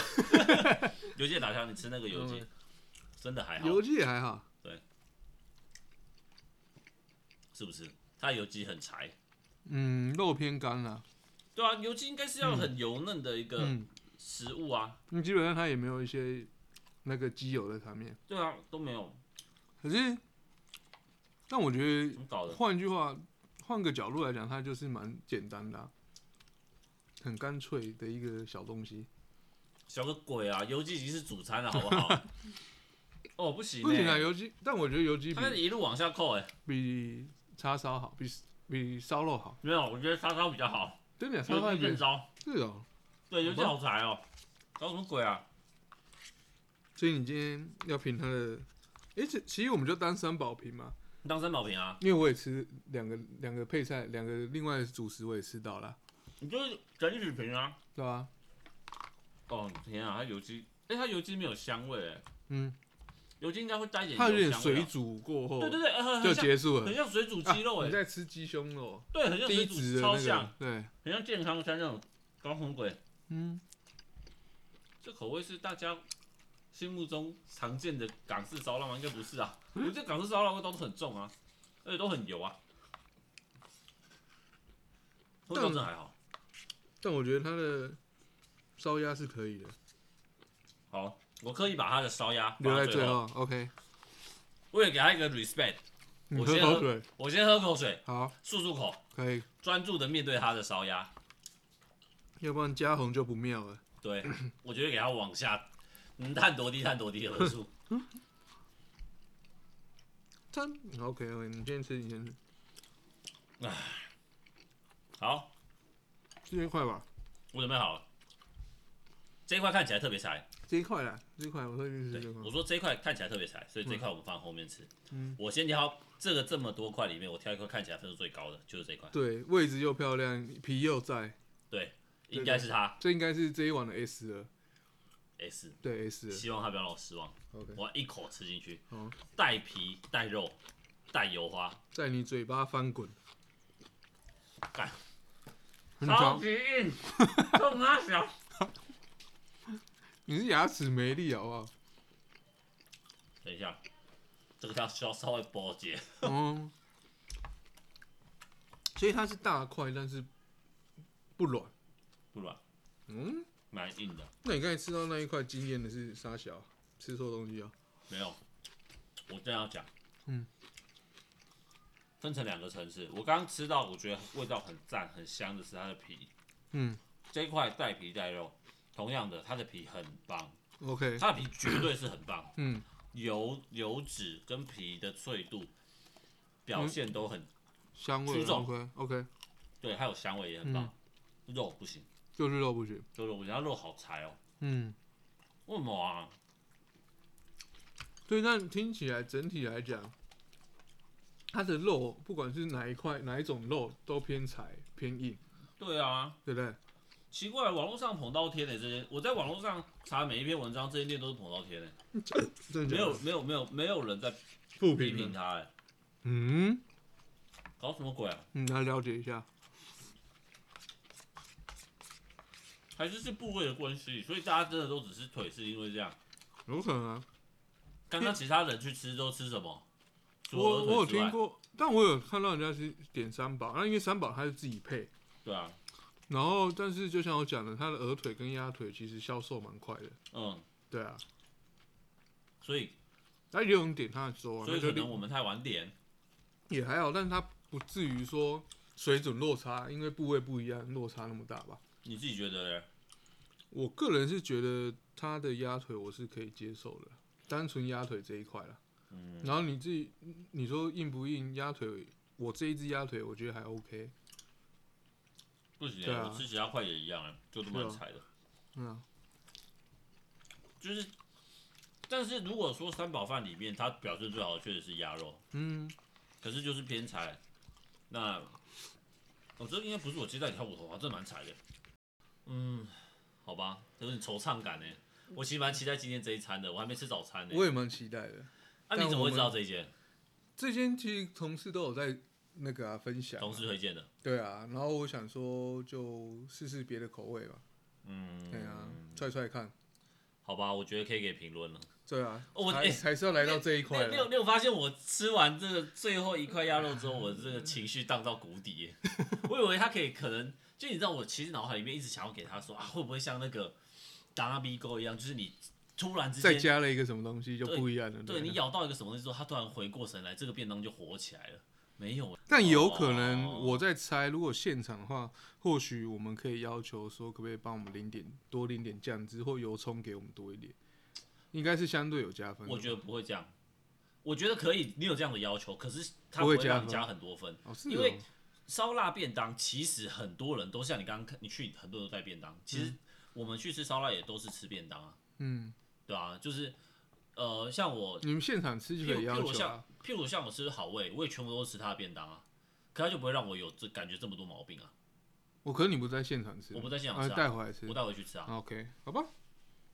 Speaker 1: 油鸡打枪，你吃那个油鸡
Speaker 2: 嗯，
Speaker 1: 真的还好，
Speaker 2: 油鸡也还好，
Speaker 1: 是不是？它油鸡很柴，
Speaker 2: 嗯，肉偏干啦、
Speaker 1: 对啊，油鸡应该是要很油嫩的一个
Speaker 2: 嗯，
Speaker 1: 食物啊，
Speaker 2: 你基本上它也没有一些那个鸡油在上面。
Speaker 1: 对啊，都没有，
Speaker 2: 可是，但我觉
Speaker 1: 怎
Speaker 2: 得，
Speaker 1: 么搞的？
Speaker 2: 换句话，换个角度来讲，它就是蛮简单的啊、很干脆的一个小东西。
Speaker 1: 小个鬼啊！油鸡已经是主餐了，好不好？ <laughs> 哦，不行、欸，
Speaker 2: 不行啊，油鸡，但我觉得油鸡比
Speaker 1: 它一路往下扣、欸，哎，
Speaker 2: 比叉烧好，比比烧肉好。
Speaker 1: 没有，我觉得叉烧比较好，
Speaker 2: 真的，烧
Speaker 1: 油
Speaker 2: 饭
Speaker 1: 鸡
Speaker 2: 比
Speaker 1: 更糟，
Speaker 2: 是哦。
Speaker 1: 对，油鸡好柴哦，搞什么鬼啊？
Speaker 2: 所以你今天要评它的，诶，其其实我们就当三宝评嘛。
Speaker 1: 你当三宝瓶啊，
Speaker 2: 因为我也吃两个两个配菜，两个另外的主食我也吃到了，
Speaker 1: 你就是整体瓶啊。
Speaker 2: 对吧、啊？
Speaker 1: 哦，天啊，它油鸡，哎、它油鸡没有香味、欸，
Speaker 2: 嗯，
Speaker 1: 油鸡应该会带一点
Speaker 2: 它有
Speaker 1: 油
Speaker 2: 点
Speaker 1: 香味、
Speaker 2: 水
Speaker 1: 啊。
Speaker 2: 煮过后
Speaker 1: 对对对，呃很
Speaker 2: 就
Speaker 1: 很像，
Speaker 2: 结束了
Speaker 1: 很。像水煮鸡肉、
Speaker 2: 啊
Speaker 1: 欸，
Speaker 2: 你
Speaker 1: 哎、
Speaker 2: 在吃鸡胸肉，
Speaker 1: 对，很像
Speaker 2: 低
Speaker 1: 水
Speaker 2: 脂
Speaker 1: 煮，
Speaker 2: 的
Speaker 1: 超
Speaker 2: 那
Speaker 1: 像，
Speaker 2: 个，对，
Speaker 1: 很像健康餐那种，搞什么鬼？
Speaker 2: 嗯，
Speaker 1: 这口味是大家心目中常见的港式烧腊吗？应该不是啊，我觉得港式烧腊味道都很重啊，而且都很油啊。味道真的还好，
Speaker 2: 但我觉得它的烧鸭是可以的，
Speaker 1: 好，我刻意把它的烧鸭放
Speaker 2: 留在
Speaker 1: 最
Speaker 2: 最，后。OK，
Speaker 1: 为了给他一个 respect，
Speaker 2: 你
Speaker 1: 我
Speaker 2: 喝
Speaker 1: 先
Speaker 2: 口
Speaker 1: 喝
Speaker 2: 水，
Speaker 1: 我先喝口水，
Speaker 2: 好，
Speaker 1: 漱漱口，
Speaker 2: 可以，
Speaker 1: 专注的面对他的烧鸭。
Speaker 2: 要不然加红就不妙了。
Speaker 1: 对，我觉得给他往下，嗯，探多低探多低喝
Speaker 2: <laughs>
Speaker 1: 住。
Speaker 2: 它 OK OK，你先吃，你先吃，
Speaker 1: 好，
Speaker 2: 这一块吧，
Speaker 1: 我准备好了。这一块看起来特别柴，
Speaker 2: 这一块啦，这一块我会去吃
Speaker 1: 对
Speaker 2: 这一，块
Speaker 1: 我。说这一块看起来特别柴，所以这一块我们放后面吃。
Speaker 2: 嗯
Speaker 1: 我先挑这个这么多块里面，我挑一块看起来分数最高的，就是这一块，
Speaker 2: 对，位置又漂亮，皮又在，对
Speaker 1: 应该是它
Speaker 2: 这应该是这一碗的 S 了，
Speaker 1: S，
Speaker 2: 对 S 了。
Speaker 1: 希望它不要让我失望，
Speaker 2: OK，
Speaker 1: 我要一口吃进去
Speaker 2: 好，
Speaker 1: 带皮带肉带油花，
Speaker 2: 在你嘴巴翻滚，
Speaker 1: 干，
Speaker 2: 很
Speaker 1: 超
Speaker 2: 长，
Speaker 1: 级 <laughs> 硬，冲它小，
Speaker 2: 你是牙齿没力好不好？
Speaker 1: 等一下，这个要需要稍微剥解，
Speaker 2: 哦，所以它是大块，但是不软。
Speaker 1: 不软，
Speaker 2: 嗯，
Speaker 1: 蛮硬的，
Speaker 2: 那你刚才吃到那一块惊艳的是沙小，吃错东西啊？
Speaker 1: 没有，我这样要讲，
Speaker 2: 嗯。
Speaker 1: 分成两个层次，我刚刚吃到，我觉得味道很赞、很香的是它的皮，
Speaker 2: 嗯
Speaker 1: 这一块带皮带肉，同样的，它的皮很棒，
Speaker 2: 嗯，OK，
Speaker 1: 它的皮绝对是很棒，
Speaker 2: 嗯，
Speaker 1: 油油脂跟皮的脆度表现都很、
Speaker 2: 香味
Speaker 1: 出众
Speaker 2: OK OK，
Speaker 1: 对，还有香味也很棒，肉不行，
Speaker 2: 就是肉不行。
Speaker 1: 肉肉不行，它肉好柴哦，
Speaker 2: 嗯，
Speaker 1: 为什么啊？
Speaker 2: 所以那听起来整体来讲，它的肉不管是哪一块哪一种肉都偏柴偏硬，
Speaker 1: 对啊，
Speaker 2: 对
Speaker 1: <coughs>
Speaker 2: 不对？
Speaker 1: 奇怪，网络上捧到天的、欸这些，我在网络上查每一篇文章，这些店都是捧到天的、欸
Speaker 2: 真的
Speaker 1: 没
Speaker 2: 假的
Speaker 1: 有没有没有没有人在
Speaker 2: 负
Speaker 1: 批
Speaker 2: 评
Speaker 1: 评
Speaker 2: 论。
Speaker 1: 它、哎，
Speaker 2: 嗯，
Speaker 1: 搞什么鬼啊？
Speaker 2: 你来了解一下。
Speaker 1: 还是是部位的关系，所以大家真的都只是腿是因为这样。
Speaker 2: 有可能啊，
Speaker 1: 刚刚其他人去吃都吃什么？除了
Speaker 2: 我我有
Speaker 1: 鹅腿之外
Speaker 2: 听过，但我有看到人家是点三宝，那因为三宝它是自己配，
Speaker 1: 对啊，
Speaker 2: 然后但是就像我讲的，它的鹅腿跟鸭腿其实销售蛮快的，
Speaker 1: 嗯，
Speaker 2: 对啊，
Speaker 1: 所以
Speaker 2: 那也有人点它的粥啊，
Speaker 1: 所
Speaker 2: 那
Speaker 1: 以可
Speaker 2: 就
Speaker 1: 能
Speaker 2: 另
Speaker 1: 我们太晚点，
Speaker 2: 也还好，但是它不至于说水准落差，因为部位不一样，落差那么大吧。
Speaker 1: 你自己觉得嘞？
Speaker 2: 我个人是觉得它的鸭腿我是可以接受的，单纯鸭腿这一块啦。
Speaker 1: 嗯，
Speaker 2: 然后你自己你说硬不硬，鸭腿我这一只鸭腿我觉得还 OK，
Speaker 1: 不行欸、
Speaker 2: 对啊啊
Speaker 1: 我吃其他块也啊一样、欸，就这么
Speaker 2: 是啊
Speaker 1: 踩的，
Speaker 2: 嗯啊、
Speaker 1: 就是但是如果说三宝饭里面，它表现最好的确实是鸭肉，
Speaker 2: 嗯，
Speaker 1: 可是就是偏柴。那我、哦、这应该不是我接待你跳舞头发，这蛮柴的。嗯，好吧，有点惆怅感呢。我其实蛮期待今天这一餐的，我还没吃早餐呢。
Speaker 2: 我也蛮期待的。
Speaker 1: 那、你怎么会知道这一间？
Speaker 2: 这间其实同事都有在那个啊分享啊，
Speaker 1: 同事推荐的。
Speaker 2: 对啊，然后我想说就试试别的口味吧，
Speaker 1: 嗯，
Speaker 2: 对啊，踹踹看，
Speaker 1: 好吧，我觉得可以给评论了。
Speaker 2: 对啊，
Speaker 1: 哦我
Speaker 2: 还
Speaker 1: 哎
Speaker 2: 还是要来到这一块
Speaker 1: 你你有
Speaker 2: 了。
Speaker 1: 你有发现我吃完这个最后一块鸭肉之后，我这个情绪荡到谷底
Speaker 2: <laughs>
Speaker 1: 耶。我以为他可以，可能就你知道，我其实脑海里面一直想要给他说啊，会不会像那个达拉比沟一样，就是你突然之
Speaker 2: 再
Speaker 1: 间，
Speaker 2: 加了一个什么东西就
Speaker 1: 对
Speaker 2: 不一样了。
Speaker 1: 对你
Speaker 2: 啊
Speaker 1: 咬到一个什么东西之后，他突然回过神来，这个便当就火起来了。没有，
Speaker 2: 但有可能
Speaker 1: 哦
Speaker 2: 我在猜，如果现场的话，或许我们可以要求说，可不可以帮我们淋点多淋点酱汁或油葱给我们多一点，应该是相对有加分的吧。
Speaker 1: 我觉得不会这样。我觉得可以，你有这样的要求，可是他
Speaker 2: 不
Speaker 1: 会
Speaker 2: 会加
Speaker 1: 让你
Speaker 2: 分
Speaker 1: 加很多分。
Speaker 2: 哦，是
Speaker 1: 因
Speaker 2: 哦
Speaker 1: 为烧腊便当，其实很多人都像你刚刚看，你去很多人都带便当。其实我们去吃烧腊也都是吃便当啊，
Speaker 2: 嗯，
Speaker 1: 对啊，就是呃，像我，
Speaker 2: 你们现场吃就
Speaker 1: 譬
Speaker 2: 可
Speaker 1: 如
Speaker 2: 以
Speaker 1: 譬
Speaker 2: 要
Speaker 1: 如
Speaker 2: 求啊
Speaker 1: 像。譬如像我吃好味，我也全部都是吃他的便当啊，可他就不会让我有这感觉这么多毛病啊，
Speaker 2: 我可是你不在现场吃，
Speaker 1: 我不在现场
Speaker 2: 啊
Speaker 1: 吃啊
Speaker 2: 带回来吃
Speaker 1: 我。带回去吃啊。
Speaker 2: OK，好吧，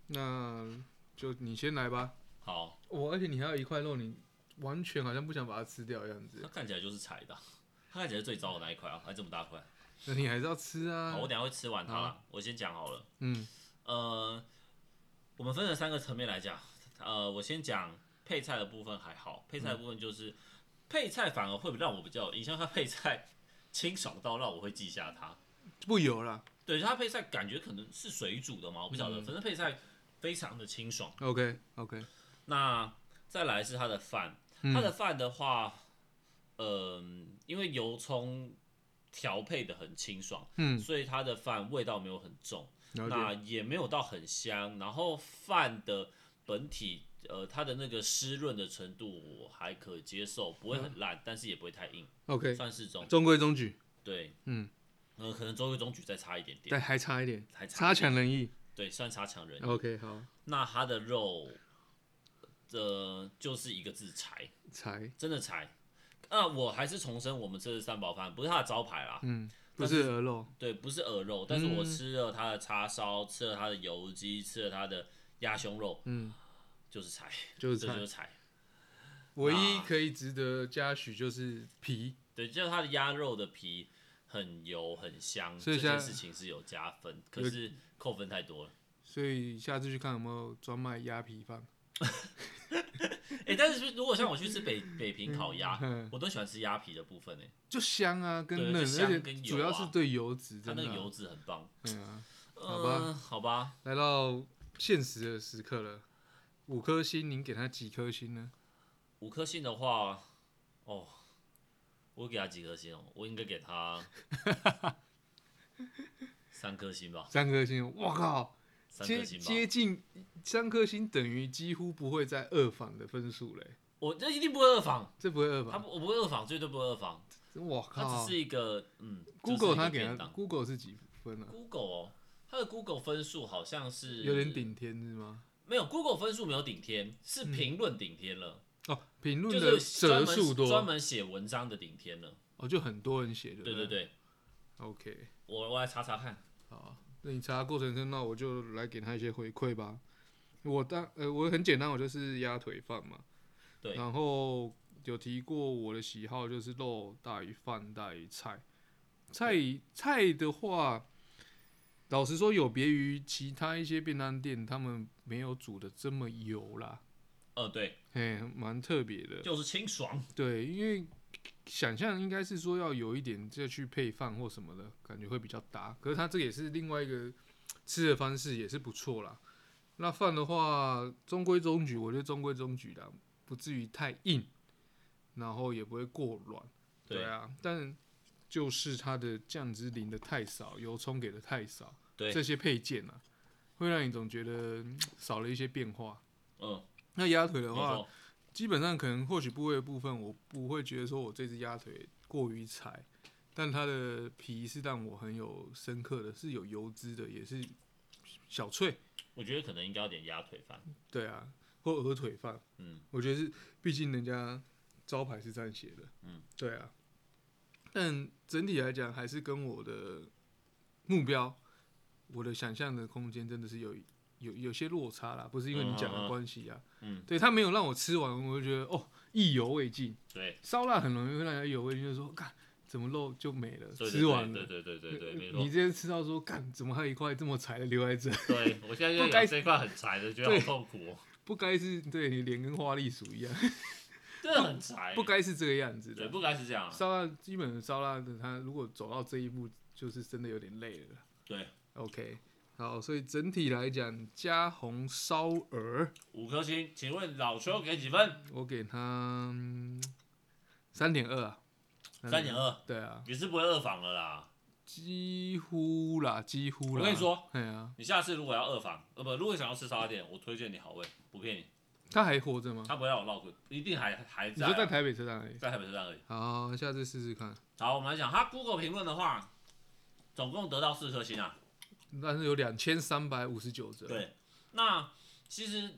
Speaker 2: 那就你先来吧。
Speaker 1: 好，
Speaker 2: 哦我而且你还有一块肉，你完全好像不想把它吃掉的样子
Speaker 1: 它，看起来就是柴的啊， <laughs> 它看起来是最糟的那一块啊，还这么大块。
Speaker 2: 那你还是要吃啊
Speaker 1: 好，。我等一下会吃完它啦，我先讲好了。
Speaker 2: 嗯，
Speaker 1: 呃，我们分成三个层面来讲。呃，我先讲配菜的部分还好，配菜的部分就是、配菜反而会让我比较有印象，它配菜清爽到让我会记下它。
Speaker 2: 不油啦。
Speaker 1: 对，它配菜感觉可能是水煮的嘛，我不晓得，反正配菜非常的清爽。
Speaker 2: OK OK，
Speaker 1: 那再来是它的饭，
Speaker 2: 嗯
Speaker 1: 它的饭的话，嗯、因为油葱调配的很清爽，
Speaker 2: 嗯，
Speaker 1: 所以它的饭味道没有很重。
Speaker 2: 了解。
Speaker 1: 那也没有到很香，然后饭的本体，呃，它的那个湿润的程度我还可接受，不会很烂，但是也不会太硬，
Speaker 2: OK，
Speaker 1: 算适中。
Speaker 2: 中规中矩，
Speaker 1: 对，
Speaker 2: 嗯，
Speaker 1: 呃，可能中规中矩再差一点点，
Speaker 2: 但还差一点，
Speaker 1: 还差
Speaker 2: 差
Speaker 1: 一点
Speaker 2: 强人嗯意。
Speaker 1: 对，算差强人意。
Speaker 2: OK，好，
Speaker 1: 那它的肉，呃，就是一个字柴，
Speaker 2: 才
Speaker 1: 真的柴。那我还是重申，我们这是三宝饭，不是它的招牌啦，
Speaker 2: 不是鹅肉，
Speaker 1: 对，不是鹅肉，但是我
Speaker 2: 嗯
Speaker 1: 吃了它的叉烧，吃了它的油鸡，吃了它的鸭胸肉，
Speaker 2: 嗯，
Speaker 1: 就是柴，
Speaker 2: 就是
Speaker 1: 这就
Speaker 2: 才
Speaker 1: 是。柴。
Speaker 2: 唯一可以值得嘉许就是皮，
Speaker 1: 对，就是它的鸭肉的皮很油很香，
Speaker 2: 所以
Speaker 1: 这
Speaker 2: 现
Speaker 1: 件
Speaker 2: 在
Speaker 1: 事情是有加分，可是扣分太多了。
Speaker 2: 所以下次去看有没有专卖鸭皮饭。
Speaker 1: 哎、但是如果像我去吃北北平烤鸭
Speaker 2: 嗯，
Speaker 1: 我都喜欢吃鸭皮的部分诶、
Speaker 2: 就香啊，跟
Speaker 1: 啊对
Speaker 2: 嫩，
Speaker 1: 就香
Speaker 2: 而且
Speaker 1: 跟油
Speaker 2: 主要是
Speaker 1: 啊
Speaker 2: 对油脂，
Speaker 1: 它
Speaker 2: 真
Speaker 1: 那
Speaker 2: 的
Speaker 1: 个
Speaker 2: 啊、
Speaker 1: 油脂很棒。
Speaker 2: 嗯啊，好吧
Speaker 1: 嗯，好吧，
Speaker 2: 来到现实的时刻了，五颗星，您给它几颗星呢？
Speaker 1: 五颗星的话，哦，我给他几颗星哦？我应该给
Speaker 2: <laughs>
Speaker 1: 他三颗星吧，
Speaker 2: 三颗星，我靠，
Speaker 1: 三颗
Speaker 2: 接
Speaker 1: 星吧。
Speaker 2: 接近三颗星等于几乎不会再二访的分数嘞，
Speaker 1: 我这一定不会二访，
Speaker 2: 这不会二
Speaker 1: 他
Speaker 2: 访，
Speaker 1: 不我不会二访，绝对不会二访。
Speaker 2: 我
Speaker 1: 它
Speaker 2: 靠
Speaker 1: 只是一个嗯
Speaker 2: ，Google 它
Speaker 1: 他
Speaker 2: 给
Speaker 1: 便
Speaker 2: 它
Speaker 1: 当。
Speaker 2: Google 是几分啊？
Speaker 1: Google 哦，它的 Google 分数好像是
Speaker 2: 有点，顶天是吗？
Speaker 1: 没有 Google 分数没有顶天，是评论顶天了，
Speaker 2: 哦，评论
Speaker 1: 就
Speaker 2: 的
Speaker 1: 是专
Speaker 2: 折
Speaker 1: 门
Speaker 2: 数
Speaker 1: 专
Speaker 2: 多，
Speaker 1: 门写文章的顶天了。
Speaker 2: 哦，就很多人写的，
Speaker 1: 对对对，
Speaker 2: ，OK，
Speaker 1: 我我来查查看，
Speaker 2: 好，那你查的过程中，那我就来给他一些回馈吧。我当呃，我很简单，我就是鸭腿饭嘛。
Speaker 1: 对
Speaker 2: 然后有提过我的喜好就是肉大于饭大于菜。菜菜的话，老实说有别于其他一些便当店，他们没有煮的这么油啦，
Speaker 1: 呃，对，
Speaker 2: 嘿，蛮特别的。
Speaker 1: 就是清爽，
Speaker 2: 对，因为想象应该是说要有一点再去配饭或什么的，感觉会比较搭。可是它这也是另外一个吃的方式，也是不错啦。那饭的话，中规中矩，我觉得中规中矩啦，不至于太硬，然后也不会过软。对
Speaker 1: 对
Speaker 2: 啊，但就是它的酱汁淋的太少，油葱给的太少，
Speaker 1: 对
Speaker 2: 这些配件啊，会让你总觉得嗯少了一些变化。
Speaker 1: 嗯，
Speaker 2: 那鸭腿
Speaker 1: 没
Speaker 2: 的话，
Speaker 1: 错，
Speaker 2: 基本上可能或许部位的部分，我不会觉得说我这只鸭腿过于柴，但它的皮是让我很有深刻的，是有油脂的，也是小脆。
Speaker 1: 我觉得可能应该要点鸭腿饭，
Speaker 2: 对啊，或鹅腿饭，
Speaker 1: 嗯，
Speaker 2: 我觉得是，毕竟人家招牌是这样写的，
Speaker 1: 嗯，
Speaker 2: 对啊。但整体来讲，还是跟我的目标、我的想象的空间真的是有有有些落差啦，不是因为你讲
Speaker 1: 嗯嗯嗯
Speaker 2: 的关系啊，
Speaker 1: 嗯，
Speaker 2: 对他没有让我吃完，我就觉得哦意犹未尽。
Speaker 1: 对，
Speaker 2: 烧腊很容易会让人家意犹未尽，就是说干怎么肉就没了，
Speaker 1: 对对
Speaker 2: 吃完
Speaker 1: 对
Speaker 2: 了。
Speaker 1: 对对对对，没
Speaker 2: 你
Speaker 1: 错，
Speaker 2: 这边吃到说干怎么还有一块这么柴的留在这，
Speaker 1: 对我现在就
Speaker 2: 不该
Speaker 1: 有这一块很柴的，觉得好痛
Speaker 2: <laughs>
Speaker 1: 苦哦，
Speaker 2: 不该是对你脸跟花栗鼠一
Speaker 1: <laughs>
Speaker 2: 样，
Speaker 1: 真的很柴，
Speaker 2: 不该是这个样子的
Speaker 1: 对，。不该是这样啊，
Speaker 2: 烧腊基本的烧腊的，它如果走到这一步，就是真的有点累了。
Speaker 1: 对，
Speaker 2: OK，好，所以整体来讲，加红烧鹅，
Speaker 1: 五颗星，请问老邱给几分？
Speaker 2: 我给它嗯三点二啊，
Speaker 1: 三点，二，
Speaker 2: 对啊，
Speaker 1: 也是不会二访了啦。
Speaker 2: 几乎啦，几乎啦。
Speaker 1: 我跟你说，
Speaker 2: 哎呀，
Speaker 1: 你下次如果要二房，呃不，如果想要吃烧腊店，我推荐你好味，不骗你，
Speaker 2: 它还活着吗？
Speaker 1: 他不会让我落亏，一定还还
Speaker 2: 你
Speaker 1: 在啊、
Speaker 2: 说在台北车站而已。
Speaker 1: 在台北车站而已。
Speaker 2: 好，下次试试看，
Speaker 1: 好，我们来讲他 Google 评论的话，总共得到四颗星啊。
Speaker 2: 但是有两千三百五十九折。，
Speaker 1: 对，那其实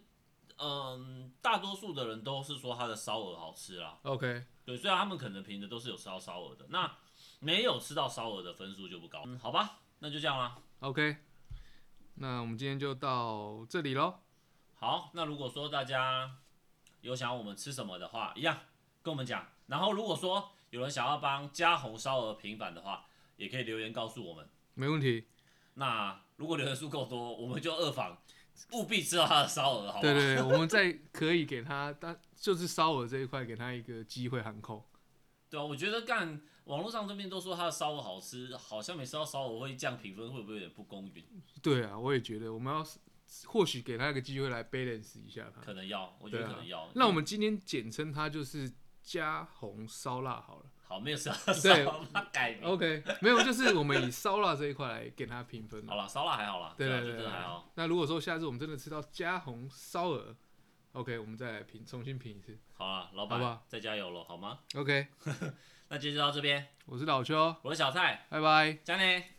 Speaker 1: 嗯，大多数的人都是说他的烧鹅好吃啦。
Speaker 2: ，OK，
Speaker 1: 对，虽然他们可能评的都是有烧烧鹅的，那没有吃到烧鹅的分数就不高。嗯，好吧，那就这样啦。
Speaker 2: OK，那我们今天就到这里喽。
Speaker 1: 好，那如果说大家有想要我们吃什么的话，一样跟我们讲。然后如果说有人想要帮嘉红烧鹅平反的话，也可以留言告诉我们。
Speaker 2: 没问题，
Speaker 1: 那如果留言数够多，我们就二访，务必吃到他的烧鹅，好不好？
Speaker 2: 对对对，我们再可以给他，但就是烧鹅这一块给他一个机会喊扣。
Speaker 1: 对啊，我觉得干网络上这边都说他的烧鹅好吃，好像每次到烧鹅会这样评分，会不会有点不公平？
Speaker 2: 对啊，我也觉得我们要是或许给他一个机会来 balance 一下他。
Speaker 1: 可能要，我觉得
Speaker 2: 对啊
Speaker 1: 可能要。
Speaker 2: 那我们今天简称他就是加红烧腊好了。
Speaker 1: 好，没有烧 <laughs> 烧
Speaker 2: 对哦
Speaker 1: 鹅，他改名。
Speaker 2: OK，没有，就是我们以烧腊这一块来给他评分。
Speaker 1: 好了，烧腊还好啦，
Speaker 2: 对
Speaker 1: 啊，
Speaker 2: 对
Speaker 1: 就
Speaker 2: 对
Speaker 1: 真
Speaker 2: 对
Speaker 1: 的还好。。
Speaker 2: 那如果说下次我们真的吃到加红烧鹅，OK，我们再来评，重新评一次。
Speaker 1: 好啦，老
Speaker 2: 好不
Speaker 1: 板
Speaker 2: 好，
Speaker 1: 再加油喽，好吗？
Speaker 2: OK，
Speaker 1: 那今天就到这边，
Speaker 2: 我是老邱，
Speaker 1: 我是小蔡，
Speaker 2: 拜拜。
Speaker 1: 加内。